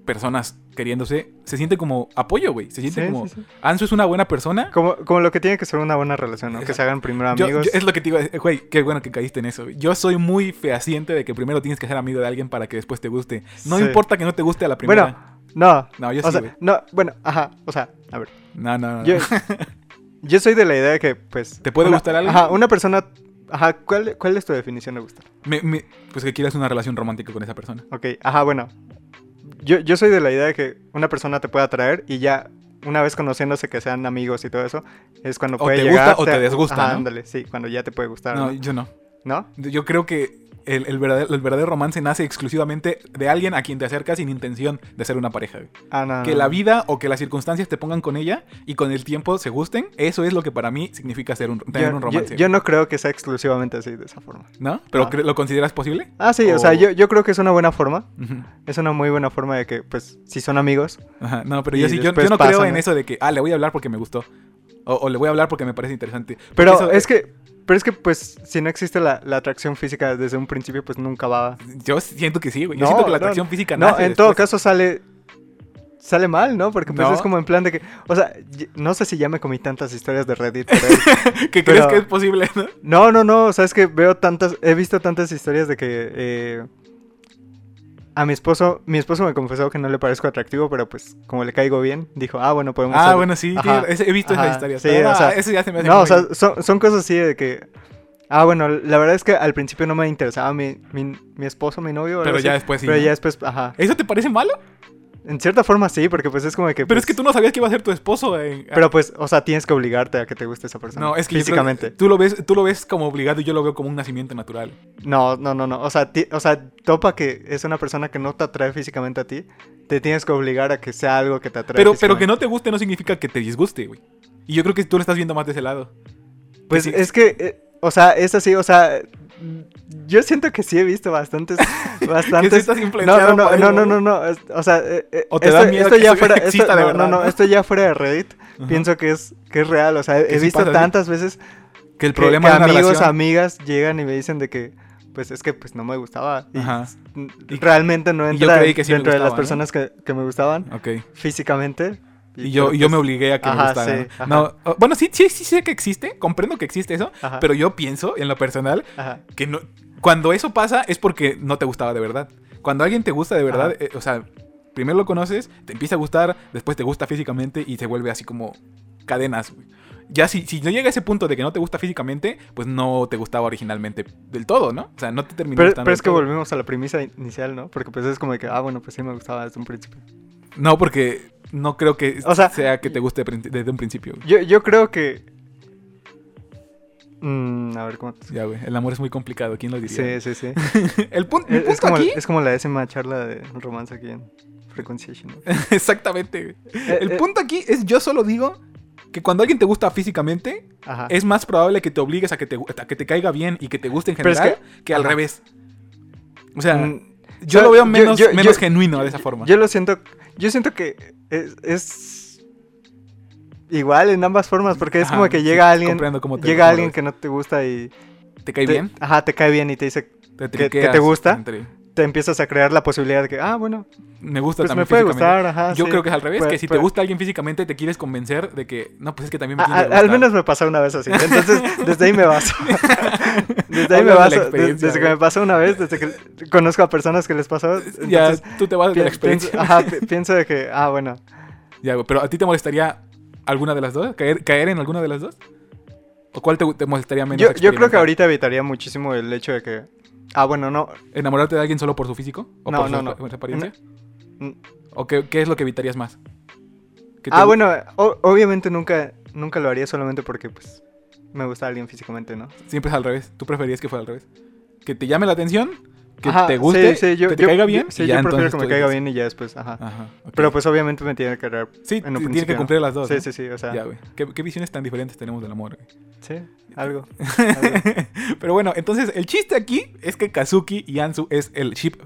Speaker 1: personas queriéndose, se siente como apoyo, güey. Se siente
Speaker 2: Sí,
Speaker 1: como
Speaker 2: sí, sí.
Speaker 1: Anzu es una buena persona,
Speaker 2: Como, como lo que tiene que ser una buena relación, ¿no? Que
Speaker 1: Exacto.
Speaker 2: se hagan primero
Speaker 1: Yo- yo-
Speaker 2: amigos.
Speaker 1: es lo que te digo, eh, güey, qué bueno que caíste en eso. Yo soy muy fehaciente de que primero tienes que ser amigo de alguien para que después te guste. No
Speaker 2: Sí.
Speaker 1: importa que no te guste a la primera.
Speaker 2: bueno, no.
Speaker 1: no, yo
Speaker 2: o
Speaker 1: sí,
Speaker 2: sea,
Speaker 1: güey.
Speaker 2: no, bueno, ajá. O sea, a ver.
Speaker 1: No, no, no.
Speaker 2: Yo, yo soy de la idea de que, pues.
Speaker 1: Ah. ¿Te puede
Speaker 2: una-
Speaker 1: gustar algo?
Speaker 2: Ajá, una persona. Ajá, ¿cuál, ¿cuál es tu definición de gustar?
Speaker 1: Me- me- pues que quieras una relación romántica con esa persona.
Speaker 2: Ok, ajá, bueno. Yo, yo soy de la idea de que una persona te puede atraer y ya, una vez conociéndose que sean amigos y todo eso, es cuando
Speaker 1: O
Speaker 2: puede
Speaker 1: te
Speaker 2: llegar.
Speaker 1: gusta o te desgusta,
Speaker 2: Ajá,
Speaker 1: ¿no?
Speaker 2: ándale, sí, cuando ya te puede gustar.
Speaker 1: No,
Speaker 2: No.
Speaker 1: yo no.
Speaker 2: ¿No?
Speaker 1: Yo creo que el, el verdadero, el verdadero romance nace exclusivamente de alguien a quien te acercas sin intención de ser una pareja. güey.
Speaker 2: Ah, no.
Speaker 1: Que la vida o que las circunstancias te pongan con ella y con el tiempo se gusten, eso es lo que para mí significa ser un, tener
Speaker 2: yo,
Speaker 1: un romance.
Speaker 2: yo-
Speaker 1: güey.
Speaker 2: yo Ah. no creo que sea exclusivamente así, de esa forma.
Speaker 1: ¿No? ¿Pero
Speaker 2: No.
Speaker 1: cre- lo consideras posible?
Speaker 2: Ah, sí, o,
Speaker 1: O-
Speaker 2: sea, yo, yo creo que es una buena forma.
Speaker 1: Ujú.
Speaker 2: Es una muy buena forma de que, pues, si son amigos.
Speaker 1: Ajá, no, pero
Speaker 2: Y
Speaker 1: yo sí, yo,
Speaker 2: después
Speaker 1: yo no
Speaker 2: pasan,
Speaker 1: creo en
Speaker 2: ¿no?
Speaker 1: eso de que, ah, le voy a hablar porque me gustó. O, o le voy a hablar porque me parece interesante. Porque
Speaker 2: Pero
Speaker 1: eso- eh
Speaker 2: es que. Pero es que, pues, si no existe la, la atracción física desde un principio, pues nunca va.
Speaker 1: Yo siento que sí, güey. Yo
Speaker 2: No,
Speaker 1: siento que la
Speaker 2: no,
Speaker 1: atracción física
Speaker 2: No, en
Speaker 1: nace
Speaker 2: todo
Speaker 1: después.
Speaker 2: caso sale sale mal, ¿no? Porque pues
Speaker 1: No.
Speaker 2: es como en plan de que, o sea, y- no sé si ya me comí tantas historias de Reddit. pero-
Speaker 1: Que crees
Speaker 2: pero-
Speaker 1: que es posible, ¿no?
Speaker 2: no, no, no, o sea, es que veo tantas, he visto tantas historias de que eh, a mi esposo, mi esposo me confesó que no le parezco atractivo, pero pues como le caigo bien, dijo, ah, bueno, podemos.
Speaker 1: Ah,
Speaker 2: hacer-
Speaker 1: bueno, sí.
Speaker 2: Ajá.
Speaker 1: tiene- ese- he visto
Speaker 2: Ajá,
Speaker 1: esa historia.
Speaker 2: sí,
Speaker 1: pero
Speaker 2: o
Speaker 1: ah,
Speaker 2: sea,
Speaker 1: eso ya se me hace
Speaker 2: No, o
Speaker 1: muy-
Speaker 2: sea, son, son cosas así de que, ah, bueno, la verdad es que al principio no me interesaba mi, mi, mi esposo, mi novio. o algo
Speaker 1: Pero ya
Speaker 2: así,
Speaker 1: después sí,
Speaker 2: Pero
Speaker 1: ¿no?
Speaker 2: ya después, ajá.
Speaker 1: ¿Eso te parece malo?
Speaker 2: En cierta forma sí, porque pues es como de que.
Speaker 1: Pero es que
Speaker 2: pues,
Speaker 1: tú no sabías que iba a ser tu esposo. eh.
Speaker 2: Pero pues, o sea, tienes que obligarte a que te guste esa persona.
Speaker 1: no, es que yo creo-
Speaker 2: físicamente.
Speaker 1: tú, lo ves, tú lo ves como obligado y yo lo veo como un nacimiento natural.
Speaker 2: No, no, no, no. O sea, ti- o sea, topa que es una persona que no te atrae físicamente a ti. Te tienes que obligar a que sea algo que te atrae.
Speaker 1: Pero, pero que no te guste no significa que te disguste, güey. Y yo creo que tú lo estás viendo más de ese lado.
Speaker 2: Pues
Speaker 1: sí.
Speaker 2: es que, eh, o sea, es así, o sea, Yo siento que sí he visto bastantes. bastantes...
Speaker 1: sí estás influenciado
Speaker 2: no, no,
Speaker 1: por
Speaker 2: no,
Speaker 1: algo.
Speaker 2: no, no, no, es- O sea, eh, eh,
Speaker 1: O te da miedo que
Speaker 2: ya
Speaker 1: eso
Speaker 2: fuera.
Speaker 1: exista
Speaker 2: esto-
Speaker 1: de
Speaker 2: no,
Speaker 1: verdad,
Speaker 2: no,
Speaker 1: ¿no?
Speaker 2: no, esto ya fuera de Reddit. Pienso que es, que es real. O sea, he
Speaker 1: Que sí
Speaker 2: visto
Speaker 1: pasa, sí.
Speaker 2: tantas veces
Speaker 1: Que el
Speaker 2: que-
Speaker 1: problema
Speaker 2: que
Speaker 1: de una
Speaker 2: amigos,
Speaker 1: relación-
Speaker 2: amigas llegan y me dicen de que. Pues es que pues no me gustaba. Y
Speaker 1: Ajá.
Speaker 2: s- realmente no
Speaker 1: y yo
Speaker 2: entra
Speaker 1: creí que sí me
Speaker 2: dentro de las
Speaker 1: gustaba,
Speaker 2: personas que, que me gustaban
Speaker 1: Ok.
Speaker 2: físicamente.
Speaker 1: Y yo,
Speaker 2: pero,
Speaker 1: y yo me
Speaker 2: pues,
Speaker 1: obligué a que me
Speaker 2: ajá,
Speaker 1: gustara.
Speaker 2: sí, ajá.
Speaker 1: ¿no? No, o- bueno, sí, sí, sí sé que existe, comprendo que existe eso,
Speaker 2: Ajá.
Speaker 1: pero yo pienso, en lo personal,
Speaker 2: ajá.
Speaker 1: que no, cuando eso pasa es porque no te gustaba de verdad. Cuando alguien te gusta de verdad,
Speaker 2: Ajá.
Speaker 1: eh, o sea, primero lo conoces, te empieza a gustar, después te gusta físicamente y se vuelve así como cadenas. güey. Ya si, si no llega a ese punto de que no te gusta físicamente, pues no te gustaba originalmente del todo, ¿no? O sea, no te terminó
Speaker 2: Pero,
Speaker 1: gustando
Speaker 2: pero es
Speaker 1: del
Speaker 2: que
Speaker 1: todo.
Speaker 2: volvemos a la premisa inicial, ¿no? Porque pues es como de que, ah, bueno, pues sí me gustaba desde un principio.
Speaker 1: No, porque no creo que
Speaker 2: O sea-
Speaker 1: que te guste prin- desde un principio. güey.
Speaker 2: Yo, yo creo que... Mm, a ver, ¿cómo te...
Speaker 1: Ya, güey, el amor es muy complicado, ¿quién lo diría?
Speaker 2: Sí, sí, sí.
Speaker 1: El pun- mi
Speaker 2: es,
Speaker 1: punto
Speaker 2: es como,
Speaker 1: aquí.
Speaker 2: es como la décima charla de romance aquí en Frequenciation. ¿no?
Speaker 1: Exactamente.
Speaker 2: Eh,
Speaker 1: El
Speaker 2: eh,
Speaker 1: punto aquí es: yo solo digo que cuando alguien te gusta físicamente,
Speaker 2: Ajá.
Speaker 1: es más probable que te obligues a que te, a que te caiga bien y que te guste en
Speaker 2: Pero es
Speaker 1: general que, al
Speaker 2: ajá.
Speaker 1: revés. O sea,
Speaker 2: Mm,
Speaker 1: yo
Speaker 2: yo-
Speaker 1: lo veo
Speaker 2: yo-
Speaker 1: menos,
Speaker 2: yo-
Speaker 1: menos
Speaker 2: yo-
Speaker 1: genuino de esa forma.
Speaker 2: Yo lo siento... Yo siento que es... es Igual en ambas formas, porque es
Speaker 1: Ajá,
Speaker 2: como que
Speaker 1: sí,
Speaker 2: llega alguien...
Speaker 1: comprendo cómo te- cómo
Speaker 2: Llega
Speaker 1: lo
Speaker 2: alguien
Speaker 1: ves.
Speaker 2: que no te gusta y...
Speaker 1: ¿Te cae
Speaker 2: te-
Speaker 1: bien?
Speaker 2: Ajá, te cae bien y te dice...
Speaker 1: ¿Te
Speaker 2: que- que te
Speaker 1: triqueas
Speaker 2: gusta.
Speaker 1: entre-
Speaker 2: Te empiezas a crear la posibilidad de que, ah, bueno,
Speaker 1: Me gusta
Speaker 2: pues
Speaker 1: también
Speaker 2: me puede
Speaker 1: físicamente.
Speaker 2: gustar, ajá.
Speaker 1: Yo
Speaker 2: sí.
Speaker 1: creo que es al revés,
Speaker 2: Pues-
Speaker 1: que si te
Speaker 2: pues-
Speaker 1: gusta alguien físicamente te quieres convencer de que no, pues es que también me
Speaker 2: A-
Speaker 1: tiene que
Speaker 2: a- al
Speaker 1: gustar.
Speaker 2: menos me pasó una vez así. Entonces, desde ahí me baso. Desde ahí me
Speaker 1: Habla de la
Speaker 2: baso. des-
Speaker 1: experiencia,
Speaker 2: desde que
Speaker 1: güey.
Speaker 2: me pasó una vez, desde que conozco a personas que les pasó. Entonces,
Speaker 1: ya tú te vas de
Speaker 2: pi-
Speaker 1: la experiencia.
Speaker 2: Pienso, ajá, pi- pienso de que, ah, bueno.
Speaker 1: Ya, güey, pero ¿a ti te molestaría alguna de las dos? ¿Caer, caer en alguna de las dos? ¿O cuál te, te molestaría menos?
Speaker 2: Yo, yo creo que
Speaker 1: experimentar?
Speaker 2: ahorita evitaría muchísimo el hecho de que, ah, bueno, no.
Speaker 1: ¿Enamorarte de alguien solo por su físico? ¿O
Speaker 2: No,
Speaker 1: por
Speaker 2: no,
Speaker 1: su,
Speaker 2: no.
Speaker 1: por su apariencia?
Speaker 2: Mm.
Speaker 1: ¿O qué, qué es lo que evitarías más? Que te
Speaker 2: Ah,
Speaker 1: gu-
Speaker 2: bueno, o- obviamente nunca, nunca lo haría solamente porque, pues, me gusta alguien físicamente, ¿no?
Speaker 1: Siempre es al revés. ¿Tú preferirías que fuera al revés? ¿Que te llame la atención? ¿Que
Speaker 2: Ajá,
Speaker 1: te
Speaker 2: sí,
Speaker 1: guste?
Speaker 2: sí, yo-
Speaker 1: ¿Que te
Speaker 2: yo-
Speaker 1: caiga
Speaker 2: yo-
Speaker 1: bien?
Speaker 2: Sí,
Speaker 1: Y ya
Speaker 2: yo
Speaker 1: entonces
Speaker 2: prefiero que
Speaker 1: tú
Speaker 2: me caiga
Speaker 1: dices-
Speaker 2: bien y ya después, ajá.
Speaker 1: Ajá, ok.
Speaker 2: Pero pues obviamente me tiene que dar
Speaker 1: Sí, tienes
Speaker 2: en un
Speaker 1: que
Speaker 2: principio,
Speaker 1: cumplir las
Speaker 2: ¿no?
Speaker 1: dos.
Speaker 2: Sí,
Speaker 1: ¿no?
Speaker 2: sí, sí, o sea,
Speaker 1: Ya, güey. ¿Qué, qué visiones tan diferentes tenemos del amor? güey?
Speaker 2: sí, algo. algo.
Speaker 1: Pero bueno, entonces el chiste aquí es que Kazuki y Anzu es el chip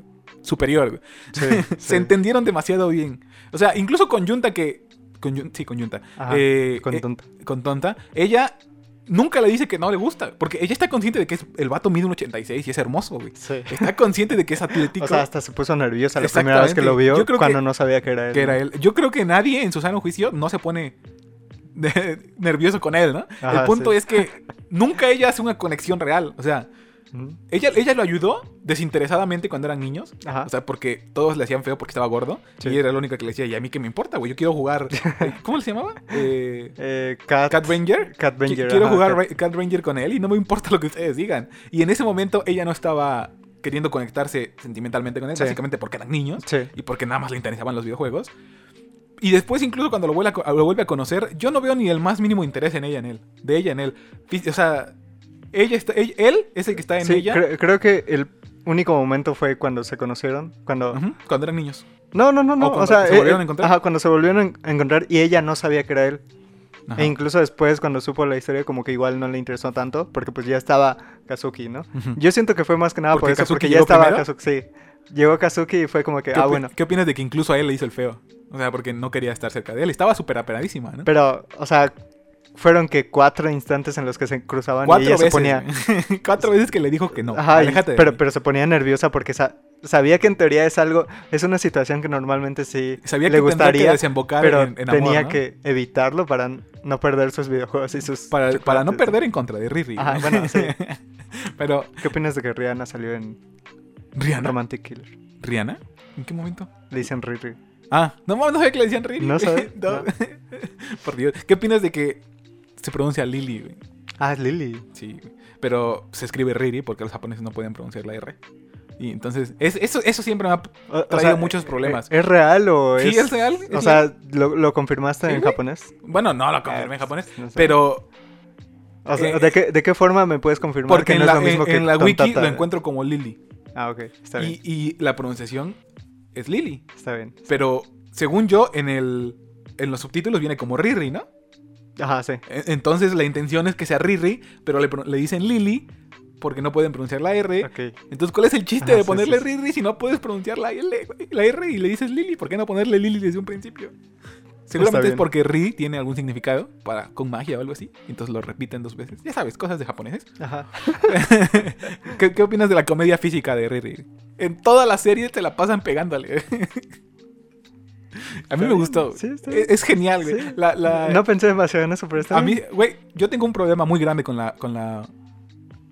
Speaker 1: superior. güey.
Speaker 2: Sí,
Speaker 1: Se entendieron demasiado bien. O sea, incluso con Yunta que... Con Yun- sí, con Yunta.
Speaker 2: Ajá,
Speaker 1: Eh,
Speaker 2: con
Speaker 1: eh,
Speaker 2: tonta.
Speaker 1: con tonta, ella nunca le dice que no le gusta. Porque ella está consciente de que es- el vato mide un 86 y es hermoso, güey.
Speaker 2: Sí.
Speaker 1: Está consciente de que es atlético.
Speaker 2: O sea, hasta se puso nerviosa la primera vez que lo
Speaker 1: Exactamente.
Speaker 2: vio
Speaker 1: Yo creo
Speaker 2: cuando
Speaker 1: que-
Speaker 2: no sabía que era él.
Speaker 1: que era
Speaker 2: ¿no?
Speaker 1: él. Yo creo que nadie en su sano juicio no se pone de- nervioso con él, ¿no?
Speaker 2: Ajá,
Speaker 1: el punto
Speaker 2: sí.
Speaker 1: es que nunca ella hace una conexión real. O sea,
Speaker 2: Ujú.
Speaker 1: ella, ella lo ayudó desinteresadamente cuando eran niños.
Speaker 2: Ajá.
Speaker 1: O sea, porque todos le hacían feo porque estaba gordo.
Speaker 2: Sí.
Speaker 1: Y era la única que le decía, ¿y a mí qué me importa, güey? Yo quiero jugar. ¿Cómo se llamaba? Eh,
Speaker 2: Eh, Cat,
Speaker 1: Cat Ranger.
Speaker 2: Cat
Speaker 1: Qui-
Speaker 2: Ranger,
Speaker 1: Quiero
Speaker 2: ajá,
Speaker 1: jugar
Speaker 2: Cat-
Speaker 1: Ra- Cat Ranger con él y no me importa lo que ustedes digan. Y en ese momento ella no estaba queriendo conectarse sentimentalmente con él,
Speaker 2: Sí.
Speaker 1: básicamente porque eran niños
Speaker 2: Sí.
Speaker 1: y porque nada más le interesaban los videojuegos. Y después, incluso cuando lo vuelve, a, co- lo vuelve a conocer, yo no veo ni el más mínimo interés en ella, en él. De ella, en él. Fí- O sea, ella está, ell- él es el que está en
Speaker 2: Sí,
Speaker 1: ella
Speaker 2: cre- creo que el único momento fue cuando se conocieron, cuando...
Speaker 1: ujú, cuando eran niños.
Speaker 2: No, no, no, no,
Speaker 1: cuando
Speaker 2: o sea... eh,
Speaker 1: se volvieron a encontrar.
Speaker 2: Ajá, cuando se volvieron a encontrar y ella no sabía que era él.
Speaker 1: Ajá.
Speaker 2: E incluso después, cuando supo la historia, como que igual no le interesó tanto, porque pues ya estaba Kazuki, ¿no?
Speaker 1: Ujú.
Speaker 2: Yo siento que fue más que nada por
Speaker 1: ¿Porque
Speaker 2: eso,
Speaker 1: Kazuki
Speaker 2: porque ya
Speaker 1: llegó
Speaker 2: estaba
Speaker 1: primero?
Speaker 2: Kazuki, sí. Llegó Kazuki y fue como que,
Speaker 1: ¿Qué,
Speaker 2: ah,
Speaker 1: opi-
Speaker 2: bueno.
Speaker 1: ¿Qué opinas de que incluso a él le hizo el feo? O sea, porque no quería estar cerca de él. Estaba súper aperadísima, ¿no?
Speaker 2: Pero, o sea, fueron que cuatro instantes en los que se cruzaban y
Speaker 1: Cuatro
Speaker 2: ella
Speaker 1: veces.
Speaker 2: se ponía.
Speaker 1: güey. Cuatro veces que le dijo que no.
Speaker 2: Ajá, y-
Speaker 1: aléjate de
Speaker 2: pero,
Speaker 1: mí.
Speaker 2: pero se ponía nerviosa porque sa- sabía que en teoría es algo, es una situación que normalmente sí
Speaker 1: Sabía que tendría
Speaker 2: le
Speaker 1: que
Speaker 2: gustaría,
Speaker 1: desembocar
Speaker 2: pero
Speaker 1: en, en amor,
Speaker 2: tenía
Speaker 1: ¿no?
Speaker 2: que evitarlo para n- no perder sus videojuegos y sus.
Speaker 1: Para, para no
Speaker 2: chocolates.
Speaker 1: perder en contra de Riri.
Speaker 2: Ajá,
Speaker 1: ¿no?
Speaker 2: bueno, sí.
Speaker 1: Pero,
Speaker 2: ¿Qué opinas de que Rihanna salió en
Speaker 1: ¿Rihanna?
Speaker 2: Romantic Killer?
Speaker 1: ¿Rihanna? ¿En qué momento?
Speaker 2: Le dicen Riri.
Speaker 1: Ah, no mames, no sabía que le decían Riri.
Speaker 2: No sabía,
Speaker 1: No.
Speaker 2: no.
Speaker 1: Por Dios. ¿Qué opinas de que se pronuncia Lili, güey?
Speaker 2: Ah, es Lily.
Speaker 1: Sí, güey. pero se escribe Riri porque los japoneses no pueden pronunciar la R. Y entonces, es- eso, eso siempre me ha...
Speaker 2: O- o
Speaker 1: Traído muchos problemas.
Speaker 2: ¿Es real o
Speaker 1: Sí,
Speaker 2: es.?
Speaker 1: es real, es
Speaker 2: O sea, ¿lo, lo confirmaste
Speaker 1: Sí,
Speaker 2: en
Speaker 1: güey.
Speaker 2: japonés?
Speaker 1: Bueno, no lo confirmé
Speaker 2: Eh,
Speaker 1: en japonés,
Speaker 2: no sé.
Speaker 1: pero
Speaker 2: O sea,
Speaker 1: Eh,
Speaker 2: ¿de, qué, ¿de qué forma me puedes confirmar
Speaker 1: porque
Speaker 2: que
Speaker 1: en
Speaker 2: no
Speaker 1: la,
Speaker 2: es lo mismo
Speaker 1: en-
Speaker 2: que
Speaker 1: en la wiki
Speaker 2: tontata?
Speaker 1: lo encuentro como Lili.
Speaker 2: Ah, ok. Está bien.
Speaker 1: Y, y la pronunciación es Lili.
Speaker 2: Está bien.
Speaker 1: Pero según yo, en, el, en los subtítulos viene como Riri, ¿no?
Speaker 2: Ajá, sí.
Speaker 1: E- Entonces la intención es que sea Riri, pero le, pro- le dicen Lily porque no pueden pronunciar la R.
Speaker 2: Ok.
Speaker 1: Entonces, ¿cuál es el chiste
Speaker 2: Ah,
Speaker 1: de
Speaker 2: sí,
Speaker 1: ponerle
Speaker 2: sí, sí.
Speaker 1: Riri si no puedes pronunciar la L, güey? la R y le dices Lily? ¿Por qué no ponerle Lily desde un principio? Seguramente es
Speaker 2: bien.
Speaker 1: porque Ri tiene algún significado para con magia o algo así. Entonces lo repiten dos veces. Ya sabes, cosas de japoneses.
Speaker 2: Ajá.
Speaker 1: ¿Qué, qué opinas de la comedia física de Riri? En toda la serie te la pasan pegándole. A mí me
Speaker 2: bien,
Speaker 1: gustó.
Speaker 2: sí, está
Speaker 1: es, es genial, güey.
Speaker 2: Sí.
Speaker 1: La- la- eh,
Speaker 2: No pensé demasiado en eso, pero está
Speaker 1: a mí,
Speaker 2: bien.
Speaker 1: güey, yo tengo un problema muy grande con la, con la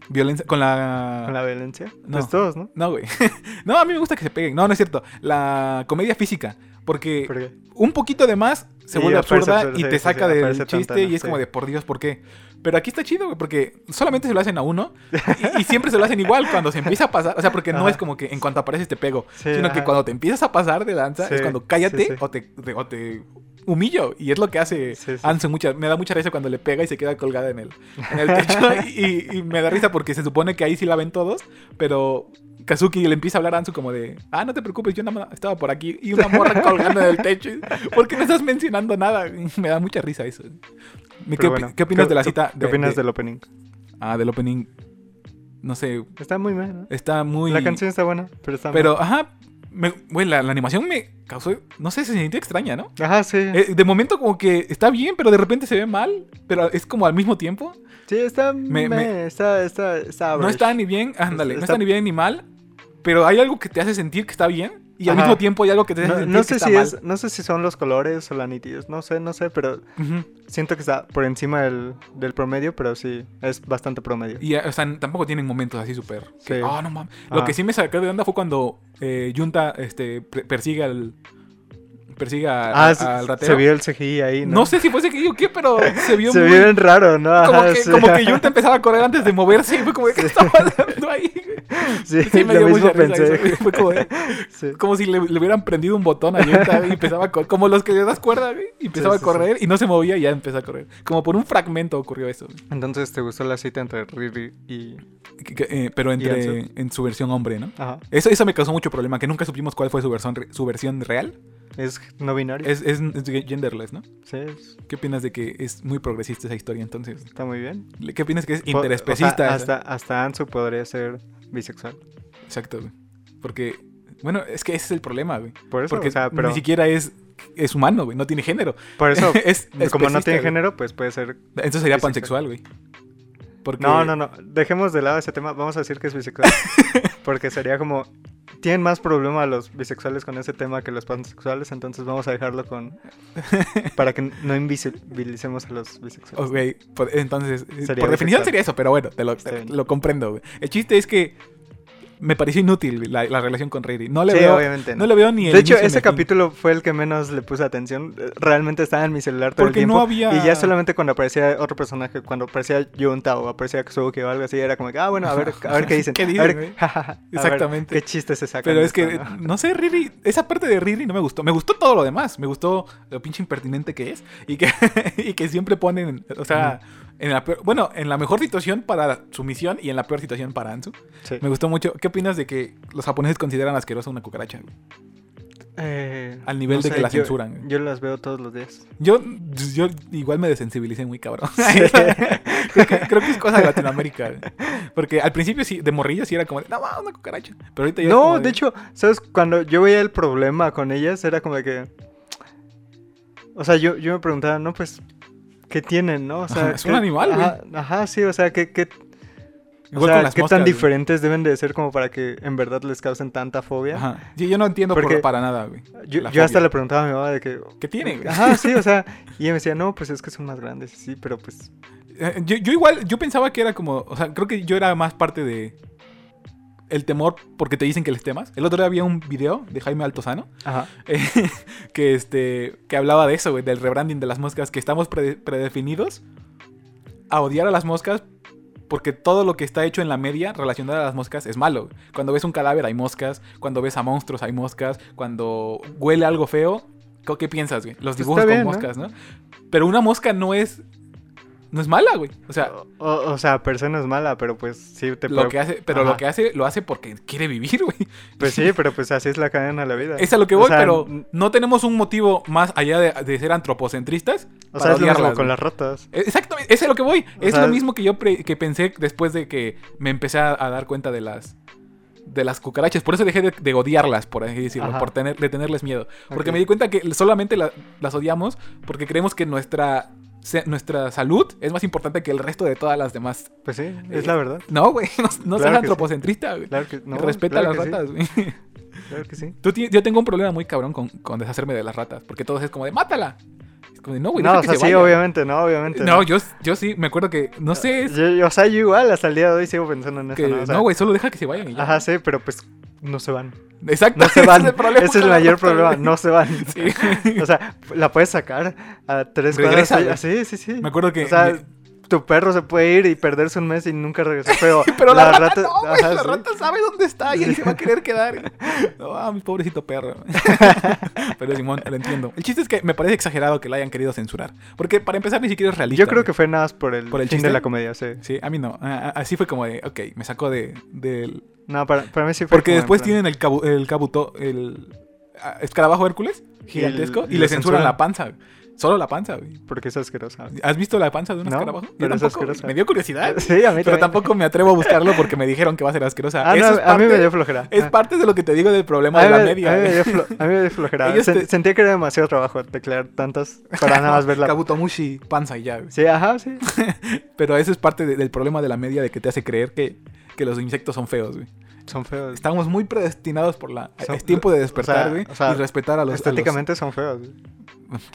Speaker 1: violencia, con la...
Speaker 2: Con la violencia.
Speaker 1: No.
Speaker 2: Pues todos, ¿no?
Speaker 1: No, güey. no, a mí me gusta que se peguen. No, no es cierto. La comedia física, porque
Speaker 2: Porque
Speaker 1: un poquito de más se
Speaker 2: Sí,
Speaker 1: vuelve
Speaker 2: aparece
Speaker 1: absurda
Speaker 2: absurdo,
Speaker 1: y
Speaker 2: sí,
Speaker 1: te
Speaker 2: sí,
Speaker 1: saca
Speaker 2: sí,
Speaker 1: del
Speaker 2: aparece
Speaker 1: chiste
Speaker 2: tontana,
Speaker 1: y es
Speaker 2: sí.
Speaker 1: como de por Dios, ¿por qué? Pero aquí está chido, güey, porque solamente se lo hacen a uno y, y siempre se lo hacen igual cuando se empieza a pasar. O sea, porque no
Speaker 2: Ajá.
Speaker 1: es como que en cuanto apareces te pego,
Speaker 2: Sí,
Speaker 1: sino que
Speaker 2: ajá.
Speaker 1: cuando te empiezas a pasar de danza
Speaker 2: Sí,
Speaker 1: es cuando cállate
Speaker 2: sí, sí.
Speaker 1: o te, te- o te humillo. Y es lo que hace
Speaker 2: Sí, sí.
Speaker 1: Anson mucha- me da mucha risa cuando le pega y se queda colgada en el, en el techo. y, y me da risa porque se supone que ahí sí la ven todos, pero Kazuki le empieza a hablar a Ansu como de, ah, no te preocupes, yo nada más estaba por aquí y una morra colgando del techo. ¿Por qué no estás mencionando nada? Me da mucha risa eso. ¿Qué, opi-
Speaker 2: Pero bueno,
Speaker 1: qué opinas
Speaker 2: ¿qué-
Speaker 1: de la
Speaker 2: qué-
Speaker 1: cita?
Speaker 2: ¿Qué opinas del opening?
Speaker 1: Ah, del opening. No sé,
Speaker 2: Está muy mal, ¿no?
Speaker 1: está muy...
Speaker 2: La canción está buena, pero está
Speaker 1: Pero, ajá, me- güey, la, la animación me causó, no sé, se sintió extraña, ¿no?
Speaker 2: mal. Ajá, sí.
Speaker 1: Eh, de momento como que está bien, pero de repente se ve mal, pero es como al mismo tiempo.
Speaker 2: sí, está.
Speaker 1: me-
Speaker 2: Me,
Speaker 1: me-
Speaker 2: está, está, está.
Speaker 1: No
Speaker 2: average.
Speaker 1: está ni bien, ándale, no
Speaker 2: Está-
Speaker 1: está ni bien ni mal, pero hay algo que te hace sentir que está bien y al
Speaker 2: Ajá.
Speaker 1: mismo tiempo hay algo que te hace
Speaker 2: No,
Speaker 1: sentir
Speaker 2: no
Speaker 1: que
Speaker 2: sé
Speaker 1: está
Speaker 2: si
Speaker 1: mal.
Speaker 2: es, no sé si son los colores o la nitidez, no sé, no sé, pero
Speaker 1: Ujú.
Speaker 2: siento que está por encima del, del promedio, pero sí, es bastante promedio.
Speaker 1: Y, eh, o sea, n- tampoco tienen momentos así súper. que,
Speaker 2: Sí.
Speaker 1: "Ah, no mames. Lo
Speaker 2: Ajá.
Speaker 1: que sí me sacó de onda fue cuando eh, Junta este, pre- persigue al. Persigue a-
Speaker 2: Ah,
Speaker 1: a-
Speaker 2: se-
Speaker 1: al ratero.
Speaker 2: se vio el CGI ahí,
Speaker 1: no.
Speaker 2: ¿no?
Speaker 1: sé si fue ese que yo qué, pero se vio
Speaker 2: se
Speaker 1: muy.
Speaker 2: vio bien raro, ¿no?
Speaker 1: como,
Speaker 2: Ajá,
Speaker 1: que,
Speaker 2: sí.
Speaker 1: como que Junta empezaba a correr antes de moverse y fue como, ¿qué está pasando ahí?
Speaker 2: Sí,
Speaker 1: Sí, me
Speaker 2: lo
Speaker 1: dio
Speaker 2: mismo
Speaker 1: mucha risa.
Speaker 2: pensé.
Speaker 1: eso. Fue como, de-
Speaker 2: Sí.
Speaker 1: Como si le, le hubieran prendido un botón a Junta güey, y empezaba a correr. Como los que le das cuerda, güey, y empezaba
Speaker 2: Sí, sí,
Speaker 1: a correr y no se movía y ya empezó a correr. Como por un fragmento ocurrió eso. güey.
Speaker 2: Entonces, ¿te gustó la cita entre Riri y...?
Speaker 1: Que- que, eh, pero entre,
Speaker 2: Anzu?
Speaker 1: en su versión hombre, ¿no?
Speaker 2: Ajá,
Speaker 1: Eso, eso me causó mucho problema, que nunca supimos cuál fue su versión, re- su versión real.
Speaker 2: es no binario.
Speaker 1: Es, es, es genderless, ¿no?
Speaker 2: Sí, es-
Speaker 1: ¿Qué opinas de que es muy progresista esa historia entonces?
Speaker 2: está muy bien.
Speaker 1: ¿Qué opinas que es
Speaker 2: Po-
Speaker 1: interespecista? ¿eh?
Speaker 2: o sea,
Speaker 1: esa?
Speaker 2: hasta, hasta Anzu podría ser bisexual.
Speaker 1: Exacto, güey. Porque, bueno, es que ese es el problema, güey.
Speaker 2: Por eso,
Speaker 1: Porque
Speaker 2: o sea, pero...
Speaker 1: ni siquiera es, es humano, güey. No tiene género.
Speaker 2: Por eso,
Speaker 1: es, es
Speaker 2: como no
Speaker 1: especista,
Speaker 2: tiene
Speaker 1: güey.
Speaker 2: género, pues puede ser...
Speaker 1: Entonces sería
Speaker 2: Bisexual.
Speaker 1: pansexual, güey. Porque...
Speaker 2: No, no, no, dejemos de lado ese tema, vamos a decir que es bisexual. porque sería como... Tienen más problema los bisexuales con ese tema que los pansexuales, entonces vamos a dejarlo con... para que no invisibilicemos a los bisexuales.
Speaker 1: Ok, por- entonces, eh,
Speaker 2: Sería
Speaker 1: por definición
Speaker 2: bisexual.
Speaker 1: sería eso, pero bueno, te lo,
Speaker 2: Está
Speaker 1: te-
Speaker 2: bien.
Speaker 1: lo comprendo, güey. El chiste es que me pareció inútil güey, la, la relación con Riri. No le
Speaker 2: sí,
Speaker 1: veo...
Speaker 2: obviamente.
Speaker 1: No le veo ni el
Speaker 2: De hecho,
Speaker 1: inicio ni
Speaker 2: ese
Speaker 1: el fin.
Speaker 2: capítulo fue el que menos le puse atención. Eh, Realmente estaba en mi celular todo
Speaker 1: Porque
Speaker 2: el
Speaker 1: no
Speaker 2: tiempo.
Speaker 1: había-
Speaker 2: Y ya solamente cuando aparecía otro personaje, cuando aparecía Junta o aparecía Kusuke o algo así, era como que, ah, bueno, a ver, a ver qué dicen.
Speaker 1: ¿Qué
Speaker 2: a
Speaker 1: dicen,
Speaker 2: ver,
Speaker 1: güey?
Speaker 2: ja, ja, ja, a ver,
Speaker 1: Exactamente.
Speaker 2: qué chistes se sacan.
Speaker 1: Pero
Speaker 2: de
Speaker 1: es que,
Speaker 2: esto, ¿no?
Speaker 1: no sé, Riri, esa parte de Riri no me gustó. Me gustó todo lo demás. Me gustó lo pinche impertinente que es. Y que, y que siempre ponen, o sea, en la peor- bueno, en la mejor situación para su misión y en la peor situación para Anzu.
Speaker 2: Sí.
Speaker 1: Me gustó mucho. ¿Qué opinas de que los japoneses consideran asquerosa una cucaracha? güey?
Speaker 2: Eh,
Speaker 1: al nivel de que la
Speaker 2: yo-
Speaker 1: censuran, güey.
Speaker 2: Yo las veo todos los días.
Speaker 1: Yo, yo igual me desensibilicé muy cabrón. creo, que, creo que es cosa de Latinoamérica. güey. Porque al principio sí, de morrillo sí era como, de, no, va, una cucaracha. Pero ahorita ya es como
Speaker 2: No, de hecho, ¿sabes? Cuando yo veía el problema con ellas, era como que. O sea, yo, yo me preguntaba, no, pues, ¿qué tienen, no? O sea,
Speaker 1: Ajá, es un
Speaker 2: ¿qué-
Speaker 1: animal, güey.
Speaker 2: ajá, ajá, sí, o sea, ¿qué, qué, O
Speaker 1: igual
Speaker 2: sea,
Speaker 1: con las
Speaker 2: ¿qué
Speaker 1: moscas,
Speaker 2: tan
Speaker 1: güey.
Speaker 2: diferentes deben de ser como para que en verdad les causen tanta fobia?
Speaker 1: Ajá. Sí, yo no entiendo por-
Speaker 2: Porque-
Speaker 1: para nada, güey.
Speaker 2: Yo,
Speaker 1: La
Speaker 2: yo hasta
Speaker 1: fobia.
Speaker 2: le preguntaba a mi mamá de que...
Speaker 1: ¿Qué tiene, güey?
Speaker 2: Ajá, sí, o sea, y ella me decía, no, pues es que son más grandes, sí, pero pues...
Speaker 1: Eh, Yo, yo igual, yo pensaba que era como, o sea, creo que yo era más parte de el temor porque te dicen que les temas. El otro día había un video de Jaime Altozano
Speaker 2: Ajá.
Speaker 1: eh, que este que hablaba de eso, güey, del rebranding de las moscas, que estamos prede- predefinidos a odiar a las moscas porque todo lo que está hecho en la media relacionado a las moscas es malo. Cuando ves un cadáver hay moscas, cuando ves a monstruos hay moscas, cuando huele algo feo, ¿qué- ¿qué piensas, güey? Los
Speaker 2: Pues
Speaker 1: dibujos
Speaker 2: está
Speaker 1: con
Speaker 2: bien, ¿no?
Speaker 1: moscas, ¿no? Pero una mosca no es No es mala, güey. O sea,
Speaker 2: O, o- o sea, persona es mala, pero pues sí te
Speaker 1: lo
Speaker 2: puede-
Speaker 1: que hace, pero lo
Speaker 2: Ajá.
Speaker 1: que hace, lo hace porque quiere vivir, güey.
Speaker 2: Pues sí, pero pues así es la cadena de la vida.
Speaker 1: Es a lo que
Speaker 2: O
Speaker 1: voy,
Speaker 2: sea,
Speaker 1: pero
Speaker 2: n-
Speaker 1: no tenemos un motivo más allá de, de ser antropocentristas.
Speaker 2: O
Speaker 1: para
Speaker 2: sea, es lo mismo
Speaker 1: odiarlas,
Speaker 2: con
Speaker 1: güey.
Speaker 2: las ratas.
Speaker 1: Eh, Exactamente, es a lo que voy.
Speaker 2: O
Speaker 1: es
Speaker 2: sea,
Speaker 1: lo mismo que yo pre- que pensé después de que me empecé a, a dar cuenta de las de las cucarachas. Por eso dejé de, de odiarlas, por así decirlo,
Speaker 2: Ajá.
Speaker 1: por tener, de tenerles miedo. Porque
Speaker 2: Ok.
Speaker 1: me di cuenta que solamente la- las odiamos porque creemos que nuestra se- nuestra salud es más importante que el resto de todas las demás.
Speaker 2: Pues sí, es la verdad.
Speaker 1: No, güey, no, no
Speaker 2: Claro
Speaker 1: seas
Speaker 2: que
Speaker 1: antropocentrista, güey.
Speaker 2: Claro que no.
Speaker 1: Respeta
Speaker 2: claro
Speaker 1: a las
Speaker 2: que sí,
Speaker 1: ratas, güey.
Speaker 2: claro que sí.
Speaker 1: Tú ti- Yo tengo un problema muy cabrón con, con deshacerme de las ratas, porque todos es como de mátala. Es como de no, güey,
Speaker 2: no,
Speaker 1: deja
Speaker 2: o
Speaker 1: que
Speaker 2: sea,
Speaker 1: se
Speaker 2: sí,
Speaker 1: vaya".
Speaker 2: obviamente, no, obviamente.
Speaker 1: No, yo, yo sí, me acuerdo que, no sé, es
Speaker 2: Yo- yo- o sea, yo igual hasta el día de hoy sigo pensando en eso.
Speaker 1: que,
Speaker 2: ¿no? O sea,
Speaker 1: no, güey, solo deja que se vayan y ya.
Speaker 2: Ajá, sí, pero pues no se van.
Speaker 1: Exacto,
Speaker 2: No se
Speaker 1: ese
Speaker 2: van.
Speaker 1: es el problema
Speaker 2: Ese es
Speaker 1: con
Speaker 2: el
Speaker 1: la
Speaker 2: mayor
Speaker 1: rata,
Speaker 2: problema,
Speaker 1: güey.
Speaker 2: no se van.
Speaker 1: Sí.
Speaker 2: O sea, la puedes sacar a tres
Speaker 1: Regresa,
Speaker 2: cuadras. allá. Sí, sí, sí.
Speaker 1: Me acuerdo que
Speaker 2: O sea,
Speaker 1: me-
Speaker 2: tu perro se puede ir y perderse un mes y nunca regresar. Pero,
Speaker 1: Pero la, rata, no, güey,
Speaker 2: ajá,
Speaker 1: la
Speaker 2: sí.
Speaker 1: rata sabe dónde está y ahí se va a querer quedar. No, ah, mi pobrecito perro. Pero Simón, lo entiendo. El chiste es que me parece exagerado que la hayan querido censurar. Porque para empezar ni siquiera es realista.
Speaker 2: Yo creo
Speaker 1: güey.
Speaker 2: que fue nada más por el,
Speaker 1: ¿Por el
Speaker 2: fin
Speaker 1: chiste?
Speaker 2: de la comedia, sí.
Speaker 1: Sí, a mí no. A- a- Así fue como de, ok, me sacó de, del...
Speaker 2: No, para, para mí sí fue.
Speaker 1: Porque
Speaker 2: como en
Speaker 1: después
Speaker 2: plan-
Speaker 1: tienen el, cabu- el cabuto, el ah, escarabajo Hércules, gigantesco,
Speaker 2: el-
Speaker 1: y,
Speaker 2: y
Speaker 1: le censuran
Speaker 2: lo censuran.
Speaker 1: la panza. güey. Solo la panza, güey.
Speaker 2: Porque es asquerosa.
Speaker 1: ¿Has visto la panza de un
Speaker 2: No,
Speaker 1: escarabajo? Yo
Speaker 2: pero es
Speaker 1: tampoco, güey.
Speaker 2: asquerosa.
Speaker 1: Me dio curiosidad.
Speaker 2: Sí, a mí
Speaker 1: Pero
Speaker 2: también.
Speaker 1: tampoco me atrevo a buscarlo porque me dijeron que va a ser asquerosa.
Speaker 2: Ah, no,
Speaker 1: Eso es
Speaker 2: a mí me
Speaker 1: parte-
Speaker 2: dio flojera.
Speaker 1: Es
Speaker 2: Ah.
Speaker 1: parte de lo que te digo del problema
Speaker 2: A
Speaker 1: de
Speaker 2: mí
Speaker 1: la
Speaker 2: me-
Speaker 1: media.
Speaker 2: A mí me
Speaker 1: güey.
Speaker 2: dio, flo- a mí me dio flojera.
Speaker 1: Ellos
Speaker 2: Sen-
Speaker 1: te-
Speaker 2: Sentía que era demasiado trabajo teclear tantas para nada más verla.
Speaker 1: Kabutomushi, panza y ya. güey.
Speaker 2: Sí, ajá, sí.
Speaker 1: Pero eso es parte de- del problema de la media de que te hace creer que, que los insectos son feos, güey.
Speaker 2: Son feos.
Speaker 1: Estamos muy predestinados por la...
Speaker 2: Son-
Speaker 1: es tiempo de despertar,
Speaker 2: sea,
Speaker 1: güey.
Speaker 2: o sea,
Speaker 1: y respetar a los... a los-
Speaker 2: Estéticamente son feos.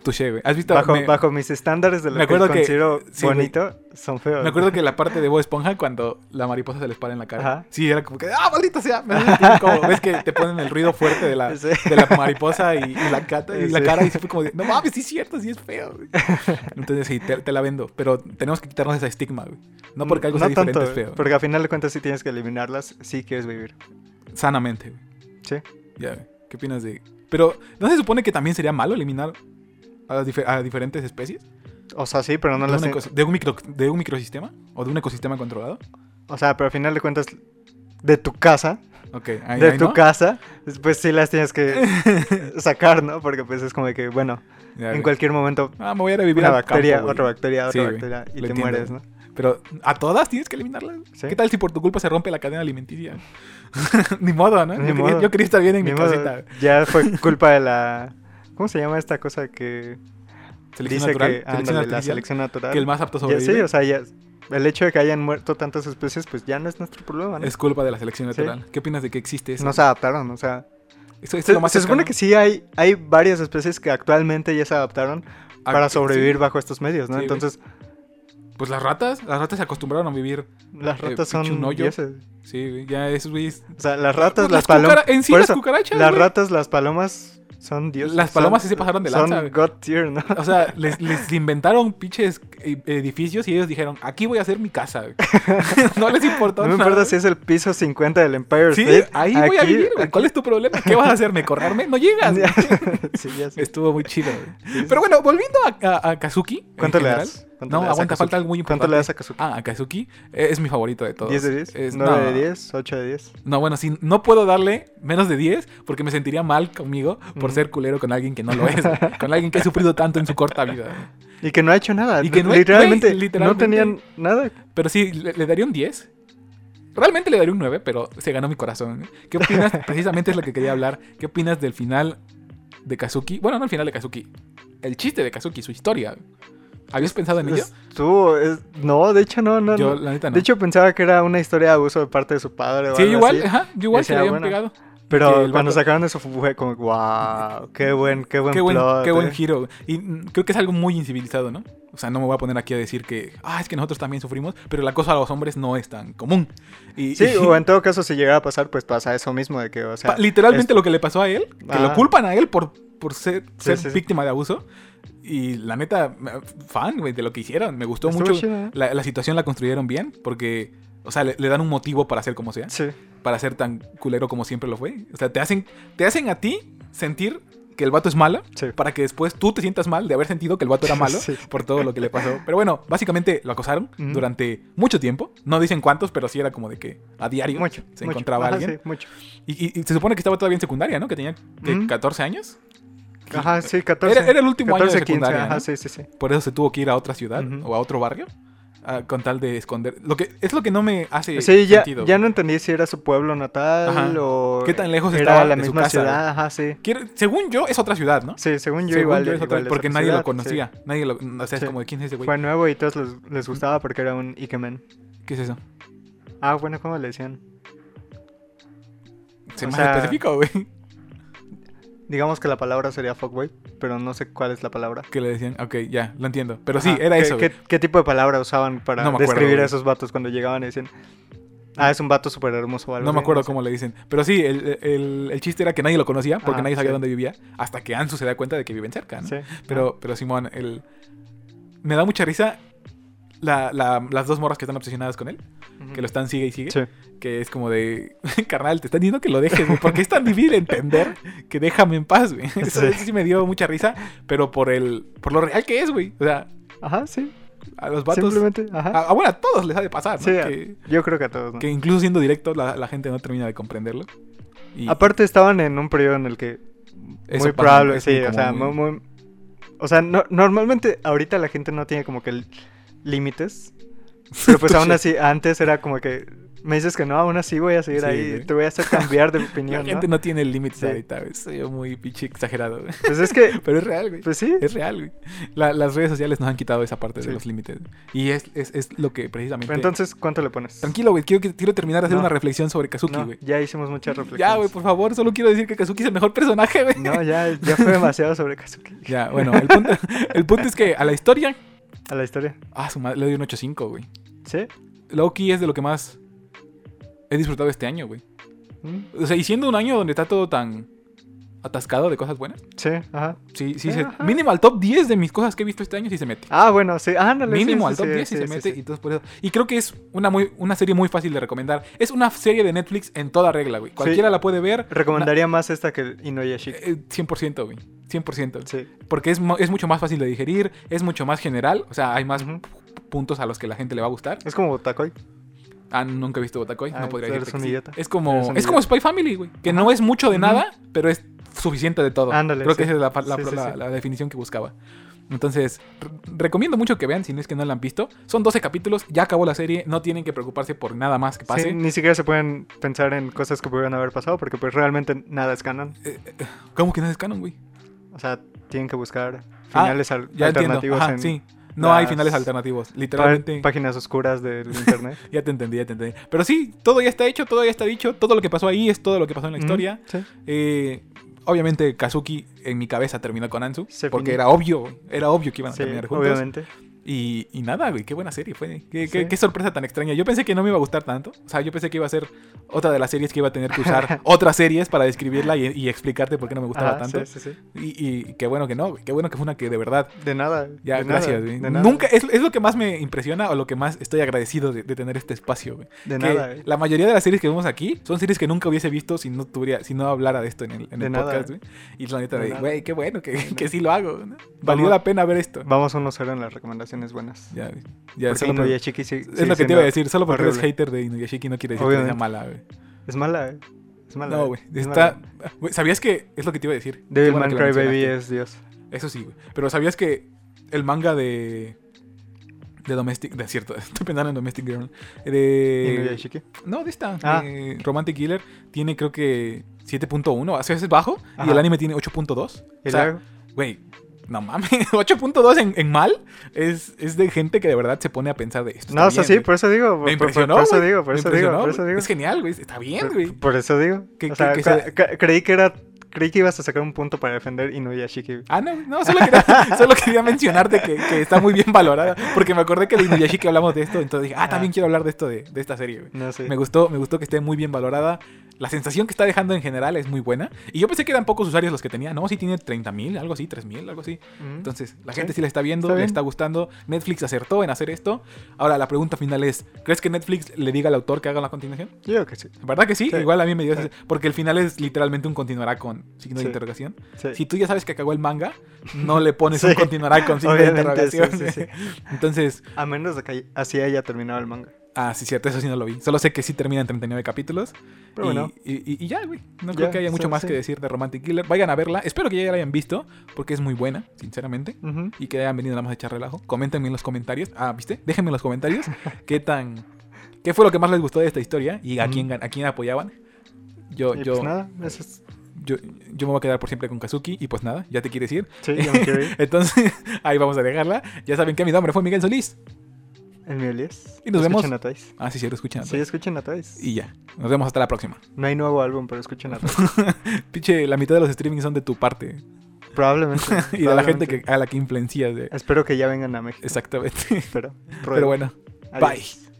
Speaker 1: Touché, güey. ¿Has visto?
Speaker 2: Bajo,
Speaker 1: me,
Speaker 2: bajo mis estándares de lo
Speaker 1: me acuerdo
Speaker 2: que
Speaker 1: que-
Speaker 2: considero
Speaker 1: sí, güey.
Speaker 2: bonito, son feos.
Speaker 1: me acuerdo que la parte de Bob Esponja cuando la mariposa se les para en la cara.
Speaker 2: Ajá.
Speaker 1: Sí, era como que... ¡Ah, maldita sea! Me hace sentir incómodo. Ves que te ponen el ruido fuerte de la,
Speaker 2: Sí.
Speaker 1: de la mariposa y, y la, cata, y la
Speaker 2: Sí.
Speaker 1: cara y se fue como de... No mames, sí es cierto, sí es feo, güey. Entonces sí, te, te la vendo. Pero tenemos que quitarnos ese estigma, güey. No porque algo sea diferente
Speaker 2: tanto,
Speaker 1: es feo.
Speaker 2: Porque al final de cuentas sí tienes que eliminarlas si quieres vivir.
Speaker 1: Sanamente, güey.
Speaker 2: Sí.
Speaker 1: Ya, güey. ¿qué opinas de...? Pero, ¿no se supone que también sería malo eliminar a, las dife- a diferentes especies?
Speaker 2: O sea, sí, pero no
Speaker 1: de,
Speaker 2: las
Speaker 1: un
Speaker 2: tienes.
Speaker 1: eco- de un micro- ¿De un microsistema? ¿O de un ecosistema controlado?
Speaker 2: O sea, pero al final de cuentas, de tu casa,
Speaker 1: Ok, ahí,
Speaker 2: de
Speaker 1: ahí
Speaker 2: tu
Speaker 1: no.
Speaker 2: casa, pues sí las tienes que sacar, ¿no? Porque pues es como de que, bueno,
Speaker 1: Ya,
Speaker 2: en
Speaker 1: güey.
Speaker 2: cualquier momento
Speaker 1: Ah, me voy a ir a vivir
Speaker 2: una
Speaker 1: al
Speaker 2: bacteria,
Speaker 1: campo, güey.
Speaker 2: otra bacteria,
Speaker 1: Sí,
Speaker 2: otra
Speaker 1: güey,
Speaker 2: bacteria
Speaker 1: lo
Speaker 2: y te
Speaker 1: entiendo.
Speaker 2: mueres, ¿no?
Speaker 1: Pero, ¿a todas tienes que eliminarlas?
Speaker 2: Sí.
Speaker 1: ¿Qué tal si por tu culpa se rompe la cadena alimenticia? Ni modo, ¿no?
Speaker 2: Ni
Speaker 1: yo, Quería,
Speaker 2: modo.
Speaker 1: yo quería estar bien en mi,
Speaker 2: Ni modo,
Speaker 1: casita.
Speaker 2: ya fue culpa de la ¿Cómo se llama esta cosa que
Speaker 1: Selección
Speaker 2: dice
Speaker 1: natural,
Speaker 2: que ándale,
Speaker 1: selección
Speaker 2: la
Speaker 1: artificial,
Speaker 2: selección natural?
Speaker 1: que el más apto
Speaker 2: Ya,
Speaker 1: sobrevive
Speaker 2: sí, o sea, ya el hecho de que hayan muerto tantas especies pues ya no es nuestro problema, ¿no?
Speaker 1: es culpa de la selección
Speaker 2: Sí.
Speaker 1: natural. ¿Qué opinas de que existe eso?
Speaker 2: No se adaptaron, o sea,
Speaker 1: Eso- eso es
Speaker 2: se,
Speaker 1: lo más
Speaker 2: se supone
Speaker 1: cercano.
Speaker 2: que sí hay hay varias especies que actualmente ya se adaptaron
Speaker 1: Ah,
Speaker 2: para
Speaker 1: sí.
Speaker 2: sobrevivir bajo estos medios, ¿no?
Speaker 1: Sí, güey.
Speaker 2: Entonces,
Speaker 1: Pues las ratas, las ratas se acostumbraron a vivir.
Speaker 2: las
Speaker 1: Eh,
Speaker 2: ratas
Speaker 1: pinche un
Speaker 2: son
Speaker 1: hoyo.
Speaker 2: dioses.
Speaker 1: Sí, güey, ya esos güeyes.
Speaker 2: O sea, las ratas,
Speaker 1: Pues
Speaker 2: las, palomas.
Speaker 1: cucara- En sí,
Speaker 2: por
Speaker 1: las
Speaker 2: eso,
Speaker 1: cucarachas.
Speaker 2: Las
Speaker 1: güey.
Speaker 2: ratas, las palomas son dioses.
Speaker 1: Las palomas sí se pasaron de lanza,
Speaker 2: Son
Speaker 1: güey.
Speaker 2: God tier, ¿no?
Speaker 1: O sea, les, les inventaron pinches eh, edificios y ellos dijeron: aquí voy a hacer mi casa. güey". no les importó
Speaker 2: No me
Speaker 1: nada.
Speaker 2: importa si es el piso 50 del Empire
Speaker 1: Sí,
Speaker 2: State.
Speaker 1: ahí voy a
Speaker 2: aquí-
Speaker 1: vivir, güey. ¿Cuál es tu problema? ¿Qué vas a hacerme? ¿Correrme? No llegas. güey.
Speaker 2: sí, ya sé.
Speaker 1: Estuvo muy chido. güey. Pero bueno, volviendo a, a- a Kazuki. en
Speaker 2: ¿Cuánto le
Speaker 1: general.
Speaker 2: das? ¿Cuánto
Speaker 1: No,
Speaker 2: le das a
Speaker 1: aguanta,
Speaker 2: Kazuki?
Speaker 1: falta algo muy importante.
Speaker 2: ¿Cuánto le das a Kazuki?
Speaker 1: Ah, a Kazuki eh, es mi favorito de todos.
Speaker 2: ¿10 de 10?
Speaker 1: Es-
Speaker 2: 9
Speaker 1: no,
Speaker 2: de 10, 8 de 10.
Speaker 1: No, bueno, sí, no puedo darle menos de 10 porque me sentiría mal conmigo por
Speaker 2: Ujú.
Speaker 1: ser culero con alguien que no lo es, güey. con alguien que ha sufrido tanto en su corta vida.
Speaker 2: Y que no ha hecho nada.
Speaker 1: Y que no-
Speaker 2: literalmente,
Speaker 1: güey, literalmente-
Speaker 2: no tenían nada.
Speaker 1: Pero sí, le, le daría un 10. Realmente le daría un 9, pero se ganó mi corazón. güey. ¿Qué opinas? Precisamente es lo que quería hablar. ¿Qué opinas del final de Kazuki? Bueno, no el final de Kazuki. El chiste de Kazuki, su historia. ¿Habías pensado en ello?
Speaker 2: Estuvo. es- no, de hecho, no, Pues, no.
Speaker 1: Yo,
Speaker 2: no.
Speaker 1: la neta, no.
Speaker 2: De hecho, pensaba que era una historia de abuso de parte de su padre. o
Speaker 1: sí,
Speaker 2: algo
Speaker 1: igual,
Speaker 2: así.
Speaker 1: ajá, yo igual se
Speaker 2: Decía,
Speaker 1: le habían
Speaker 2: bueno,
Speaker 1: pegado. que
Speaker 2: Pero
Speaker 1: el
Speaker 2: cuando
Speaker 1: vato-
Speaker 2: sacaron eso fue como, wow, qué buen, qué buen
Speaker 1: Qué buen,
Speaker 2: plot,
Speaker 1: qué
Speaker 2: eh".
Speaker 1: buen giro. güey. Y mm, creo que es algo muy incivilizado, ¿no? O sea, no me voy a poner aquí a decir que, ah, es que nosotros también sufrimos, pero la cosa a los hombres no es tan común. Y,
Speaker 2: Sí,
Speaker 1: y-
Speaker 2: o en todo caso, si llegara a pasar, pues pasa eso mismo de que, o sea,
Speaker 1: pa- literalmente lo que le pasó a él, que lo
Speaker 2: Ah.
Speaker 1: culpan a él por, por ser, ser
Speaker 2: sí, sí.
Speaker 1: víctima de abuso. Y la neta, me- fan, güey, de lo que hicieron. Me gustó
Speaker 2: Estuvo
Speaker 1: mucho.
Speaker 2: chido, ¿eh?
Speaker 1: La, la situación la construyeron bien, porque, o sea, le, le dan un motivo para hacer como sea.
Speaker 2: sí.
Speaker 1: para ser tan culero como siempre lo fue. O sea, te hacen, te hacen a ti sentir que el vato es mala
Speaker 2: Sí.
Speaker 1: para que después tú te sientas mal de haber sentido que el vato era malo
Speaker 2: Sí.
Speaker 1: por todo lo que le pasó. Pero bueno, básicamente lo acosaron
Speaker 2: Ujú.
Speaker 1: durante mucho tiempo. No dicen cuántos, pero sí era como de que a diario
Speaker 2: Mucho.
Speaker 1: se
Speaker 2: mucho.
Speaker 1: encontraba
Speaker 2: Ajá,
Speaker 1: alguien.
Speaker 2: Sí, mucho.
Speaker 1: Y, y- y se supone que estaba todavía en secundaria, ¿no? Que tenía ¿qué,
Speaker 2: Ujú.
Speaker 1: 14 años.
Speaker 2: Ajá, sí, 14.
Speaker 1: Era- era el último año de secundaria,
Speaker 2: Ajá,
Speaker 1: ¿no?
Speaker 2: sí, sí, sí.
Speaker 1: Por eso se tuvo que ir a otra ciudad
Speaker 2: Ujú.
Speaker 1: o a otro barrio ah, con tal de esconder. Lo que es lo que no me hace
Speaker 2: Sí, ya,
Speaker 1: sentido.
Speaker 2: ya no entendí si era su pueblo natal
Speaker 1: Ajá.
Speaker 2: o.
Speaker 1: ¿Qué tan lejos
Speaker 2: era
Speaker 1: estaba
Speaker 2: la
Speaker 1: de su
Speaker 2: misma
Speaker 1: casa?
Speaker 2: ciudad? Ajá, sí.
Speaker 1: Quiero- según yo, es otra ciudad, ¿no?
Speaker 2: Sí, según yo
Speaker 1: Según
Speaker 2: igual.
Speaker 1: yo es otra-
Speaker 2: igual es
Speaker 1: porque
Speaker 2: otra
Speaker 1: nadie
Speaker 2: ciudad,
Speaker 1: lo conocía. Nadie lo, o sea,
Speaker 2: Sí.
Speaker 1: es como de quién es ese
Speaker 2: sí.
Speaker 1: güey.
Speaker 2: Fue nuevo y todos les, les gustaba porque era un Ikemen.
Speaker 1: ¿Qué es eso?
Speaker 2: Ah, bueno, ¿cómo le decían?
Speaker 1: ¿Se
Speaker 2: O
Speaker 1: más
Speaker 2: sea-
Speaker 1: específico, güey?
Speaker 2: Digamos que la palabra sería fuckboy, pero no sé cuál es la palabra.
Speaker 1: Que le decían, ok, ya, lo entiendo. Pero Pues sí,
Speaker 2: Ajá,
Speaker 1: era
Speaker 2: ¿qué-
Speaker 1: eso.
Speaker 2: ¿qué,
Speaker 1: güey.
Speaker 2: qué tipo de palabra usaban para
Speaker 1: No me acuerdo,
Speaker 2: describir a
Speaker 1: güey.
Speaker 2: esos vatos cuando llegaban y decían, ah, es un vato súper hermoso o algo
Speaker 1: No me
Speaker 2: así?
Speaker 1: acuerdo
Speaker 2: sé.
Speaker 1: cómo le dicen. Pero sí, el, el- el chiste era que nadie lo conocía porque
Speaker 2: Ajá,
Speaker 1: nadie sabía
Speaker 2: sí.
Speaker 1: dónde vivía. Hasta que Ansu se da cuenta de que viven cerca, ¿no?
Speaker 2: Sí.
Speaker 1: Pero, pero Simón, el... me da mucha risa la- la- las dos morras que están obsesionadas con él.
Speaker 2: Ujú.
Speaker 1: Que lo están sigue y sigue.
Speaker 2: Mm. Sí.
Speaker 1: Que es como de, carnal, te están diciendo que lo dejes, güey. Porque es tan difícil entender que déjame en paz, güey. Eso
Speaker 2: Sí.
Speaker 1: eso sí me dio mucha risa, pero por el por lo real que es, güey. O sea,
Speaker 2: Ajá, sí.
Speaker 1: a los vatos. Ah.
Speaker 2: Simplemente, ajá.
Speaker 1: A, a- bueno, a todos les ha de pasar, ¿no?
Speaker 2: Sí, a-
Speaker 1: que,
Speaker 2: Yo creo que a todos, ¿no?
Speaker 1: que incluso siendo directo, la, la gente no termina de comprenderlo. Y,
Speaker 2: Aparte estaban en un periodo en el que
Speaker 1: Eso pasa,
Speaker 2: muy probable,
Speaker 1: es
Speaker 2: sí,
Speaker 1: como
Speaker 2: o sea,
Speaker 1: muy-
Speaker 2: muy, muy- o sea, no- normalmente ahorita la gente no tiene como que l- límites, pero pues aún así, antes era como que me dices que no, aún así voy a seguir
Speaker 1: Sí,
Speaker 2: ahí,
Speaker 1: güey.
Speaker 2: te voy a hacer cambiar de
Speaker 1: la
Speaker 2: opinión, ¿no?
Speaker 1: gente no tiene límites
Speaker 2: Sí.
Speaker 1: ahorita, güey. Soy yo muy pinche exagerado, güey.
Speaker 2: Pues es que,
Speaker 1: Pero es real, güey.
Speaker 2: pues sí,
Speaker 1: Es real, güey. La- las redes sociales nos han quitado esa parte
Speaker 2: Sí.
Speaker 1: de los límites. Y es, es, es lo que precisamente.
Speaker 2: entonces, ¿cuánto le pones?
Speaker 1: Tranquilo, güey. Quiero, que- quiero terminar de hacer
Speaker 2: No.
Speaker 1: una reflexión sobre Kazuki,
Speaker 2: No,
Speaker 1: güey.
Speaker 2: ya hicimos muchas reflexiones.
Speaker 1: Ya, güey, pues. por favor. Solo quiero decir que Kazuki es el mejor personaje, güey.
Speaker 2: No, ya, ya fue demasiado sobre Kazuki,
Speaker 1: Ya, bueno. El punto, el punto es que a la historia.
Speaker 2: a la historia,
Speaker 1: Ah, su madre. Le doy un 8.5, güey.
Speaker 2: ¿sí?
Speaker 1: Loki es de lo que más he disfrutado este año, güey.
Speaker 2: ¿Mm?
Speaker 1: O sea, y siendo un año donde está todo tan atascado de cosas buenas.
Speaker 2: Sí, ajá.
Speaker 1: Sí, sí. se-
Speaker 2: Ajá.
Speaker 1: mínimo al top 10 de mis cosas que he visto este año sí se mete.
Speaker 2: Ah, bueno, sí, ándale. sí,
Speaker 1: Mínimo
Speaker 2: sí,
Speaker 1: al top
Speaker 2: sí,
Speaker 1: 10 y
Speaker 2: sí,
Speaker 1: se
Speaker 2: sí,
Speaker 1: mete.
Speaker 2: sí.
Speaker 1: Y, entonces por eso. y creo que es una, muy, una serie muy fácil de recomendar. Es una serie de Netflix en toda regla, güey. Cualquiera la puede ver.
Speaker 2: Recomendaría más esta que Inuyasha.
Speaker 1: Eh, 100%, güey. 100%.
Speaker 2: Sí.
Speaker 1: Porque es, mo- es mucho más fácil de digerir, es mucho más general. O sea, hay más
Speaker 2: Ujú.
Speaker 1: puntos a los que la gente le va a gustar.
Speaker 2: Es como Botacoy.
Speaker 1: Ah, nunca he visto Botacoy.
Speaker 2: Ah,
Speaker 1: no podría
Speaker 2: eres
Speaker 1: decirte
Speaker 2: un
Speaker 1: que sí.
Speaker 2: idiota.
Speaker 1: Es
Speaker 2: Eres
Speaker 1: como,
Speaker 2: un
Speaker 1: es como
Speaker 2: idiota.
Speaker 1: Spy Family, güey. Que no es mucho de
Speaker 2: Ujú.
Speaker 1: nada, pero es suficiente de todo.
Speaker 2: Ándale,
Speaker 1: Creo que
Speaker 2: sí.
Speaker 1: esa es la, pa- la-
Speaker 2: Sí, sí,
Speaker 1: la-
Speaker 2: sí.
Speaker 1: la definición que buscaba. Entonces, re- recomiendo mucho que vean si no es que no la han visto. Son 12 capítulos, ya acabó la serie, no tienen que preocuparse por nada más que pase.
Speaker 2: Sí, ni siquiera se pueden pensar en cosas que pudieran haber pasado porque pues realmente nada es canon.
Speaker 1: ¿Cómo que no es canon, güey?
Speaker 2: O sea, tienen que buscar
Speaker 1: Ah,
Speaker 2: finales al-
Speaker 1: Ya entiendo.
Speaker 2: alternativos
Speaker 1: Ajá,
Speaker 2: en
Speaker 1: sí. No hay
Speaker 2: las
Speaker 1: finales alternativos.
Speaker 2: pá-
Speaker 1: Literalmente.
Speaker 2: páginas oscuras del internet.
Speaker 1: Ya te entendí, ya te entendí. Pero sí, todo ya está hecho, todo ya está dicho. Todo lo que pasó ahí es todo lo que pasó en la
Speaker 2: Ujú,
Speaker 1: historia.
Speaker 2: sí.
Speaker 1: Eh, obviamente Kazuki en mi cabeza terminó con Ansu.
Speaker 2: Se
Speaker 1: porque
Speaker 2: fin-
Speaker 1: era obvio, güey. era obvio que iban a
Speaker 2: Sí,
Speaker 1: terminar juntos.
Speaker 2: obviamente.
Speaker 1: Y, y nada, güey, qué buena serie fue. Qué, qué-
Speaker 2: Sí.
Speaker 1: qué sorpresa tan extraña. Yo pensé que no me iba a gustar tanto. O sea, yo pensé que iba a ser otra de las series que iba a tener que usar otras series para describirla y, y explicarte por qué no me gustaba
Speaker 2: Ajá,
Speaker 1: tanto.
Speaker 2: Ah, sí, sí, sí.
Speaker 1: Y, y qué bueno que no, güey. qué bueno que fue una que de verdad.
Speaker 2: De nada.
Speaker 1: Ya,
Speaker 2: de nada,
Speaker 1: gracias, güey.
Speaker 2: de nada,
Speaker 1: Nunca, es, es lo que más me impresiona o lo que más estoy agradecido de, de tener este espacio, güey. Que
Speaker 2: De nada. ¿eh? güey.
Speaker 1: La mayoría de las series que vemos aquí son series que nunca hubiese visto si no tuviera, si no hablara de esto en el, en
Speaker 2: De
Speaker 1: el
Speaker 2: nada,
Speaker 1: podcast, güey. Y la neta
Speaker 2: De
Speaker 1: de,
Speaker 2: nada.
Speaker 1: güey, qué bueno que,
Speaker 2: nada.
Speaker 1: que sí lo hago. ¿no? Valió
Speaker 2: Vamos-
Speaker 1: la pena ver esto.
Speaker 2: Vamos a uno cero en las recomendaciones buenas.
Speaker 1: Ya, güey. Ya,
Speaker 2: porque
Speaker 1: solo por-
Speaker 2: Inuyashiki sí-
Speaker 1: es
Speaker 2: sigue
Speaker 1: lo que te
Speaker 2: siendo-
Speaker 1: iba a decir, solo porque eres
Speaker 2: horrible.
Speaker 1: hater de Inuyashiki no quiere decir que sea
Speaker 2: Obviamente.
Speaker 1: mala, güey.
Speaker 2: Es mala, güey. Es mala. eh.
Speaker 1: No, güey.
Speaker 2: es
Speaker 1: Está.
Speaker 2: mala.
Speaker 1: güey, ¿Sabías que es lo que te iba a decir? Qué
Speaker 2: Devil
Speaker 1: bueno
Speaker 2: Man
Speaker 1: que lo
Speaker 2: Cry Baby
Speaker 1: mencionaste.
Speaker 2: es Dios.
Speaker 1: Eso sí, güey. Pero ¿sabías que el manga de. De Domestic. De cierto, estoy pensando en Domestic Girl. De.
Speaker 2: Inuyashiki.
Speaker 1: No, de esta.
Speaker 2: Ah.
Speaker 1: de Romantic Killer tiene creo que 7.1. O sea, es bajo. Y
Speaker 2: Ajá.
Speaker 1: el anime tiene 8.2.
Speaker 2: Y
Speaker 1: O sea,
Speaker 2: luego-
Speaker 1: güey, no mames. 8.2 en, en mal es, es de gente que de verdad se pone a pensar de esto.
Speaker 2: No,
Speaker 1: está
Speaker 2: eso sí,
Speaker 1: bien, güey".
Speaker 2: por eso digo. por-
Speaker 1: Me
Speaker 2: por- por-
Speaker 1: impresionó.
Speaker 2: Por eso
Speaker 1: güey.
Speaker 2: digo, por
Speaker 1: Me
Speaker 2: eso digo,
Speaker 1: impresionó,
Speaker 2: por eso
Speaker 1: güey.
Speaker 2: digo.
Speaker 1: Es genial, güey. Está bien,
Speaker 2: Por-
Speaker 1: güey.
Speaker 2: Por eso digo.
Speaker 1: Que- que-
Speaker 2: O sea,
Speaker 1: que sea-
Speaker 2: cre- cre- creí que era. Creí que ibas a sacar un punto para defender Inuyashiki. güey.
Speaker 1: Ah, no, no, solo quería, solo quería mencionarte que, que está muy bien valorada. Porque me acordé que de Inuyashiki
Speaker 2: Ah.
Speaker 1: hablamos de esto. Entonces dije, ah, también quiero hablar de esto, de, de esta serie, güey.
Speaker 2: No sé.
Speaker 1: Me gustó, me gustó que esté muy bien valorada. la sensación que está dejando en general es muy buena. Y yo pensé que eran pocos usuarios los que tenía, ¿no? Sí tiene 30 mil, algo así, 3 mil, algo así.
Speaker 2: Mm.
Speaker 1: Entonces, la
Speaker 2: Sí,
Speaker 1: gente sí la está viendo,
Speaker 2: está
Speaker 1: le
Speaker 2: bien.
Speaker 1: está gustando. Netflix acertó en hacer esto. Ahora, la pregunta final es, ¿crees que Netflix le diga al autor que haga la continuación?
Speaker 2: Yo creo que sí.
Speaker 1: ¿Verdad que sí?
Speaker 2: Sí.
Speaker 1: Igual a mí me dio...
Speaker 2: Sí.
Speaker 1: Porque el final es literalmente un continuará con signo de
Speaker 2: Sí.
Speaker 1: interrogación.
Speaker 2: Sí.
Speaker 1: Si tú ya sabes que acabó el manga, no le pones
Speaker 2: Sí.
Speaker 1: un continuará con signo de
Speaker 2: Obviamente, sí,
Speaker 1: interrogación.
Speaker 2: sí,
Speaker 1: Entonces,
Speaker 2: A menos de que hay- así haya terminado el manga.
Speaker 1: ah, sí, cierto, eso sí no lo vi. Solo sé que sí termina en 39 capítulos. y,
Speaker 2: Pero bueno,
Speaker 1: y, y- y ya, güey. No creo
Speaker 2: Ya,
Speaker 1: que haya mucho
Speaker 2: sí,
Speaker 1: más
Speaker 2: sí.
Speaker 1: que decir de Romantic Killer. Vayan a verla. Espero que ya la hayan visto, porque es muy buena, sinceramente.
Speaker 2: ujú,
Speaker 1: Y que hayan venido nada más a echar relajo. Coméntenme en los comentarios. Ah, ¿viste? Déjenme en los comentarios qué tan. ¿Qué fue lo que más les gustó de esta historia? ¿Y a
Speaker 2: Ujú.
Speaker 1: quién, gan- a quién apoyaban? Yo,
Speaker 2: Mm. y
Speaker 1: yo,
Speaker 2: pues nada, eso es.
Speaker 1: yo, yo me voy a quedar por siempre con Kazuki. Y pues nada, ya te quieres ir.
Speaker 2: Sí, ya me quiero ir.
Speaker 1: Entonces, ahí vamos a dejarla. Ya saben que mi nombre fue Miguel Solís.
Speaker 2: El mío Elías.
Speaker 1: Y nos vemos.
Speaker 2: Escuchen a Twice.
Speaker 1: Ah, sí, sí, lo escuchan.
Speaker 2: Sí, escuchen a Twice.
Speaker 1: Y ya. Nos vemos hasta la próxima.
Speaker 2: No hay nuevo álbum, pero escuchen a Twice.
Speaker 1: Piche, la mitad de los streamings son de tu parte.
Speaker 2: Probablemente.
Speaker 1: y de la gente
Speaker 2: probablemente.
Speaker 1: que, a la que influencias. de-
Speaker 2: Espero que ya vengan a México.
Speaker 1: Exactamente.
Speaker 2: Pero,
Speaker 1: Pero bueno, bye.
Speaker 2: adiós.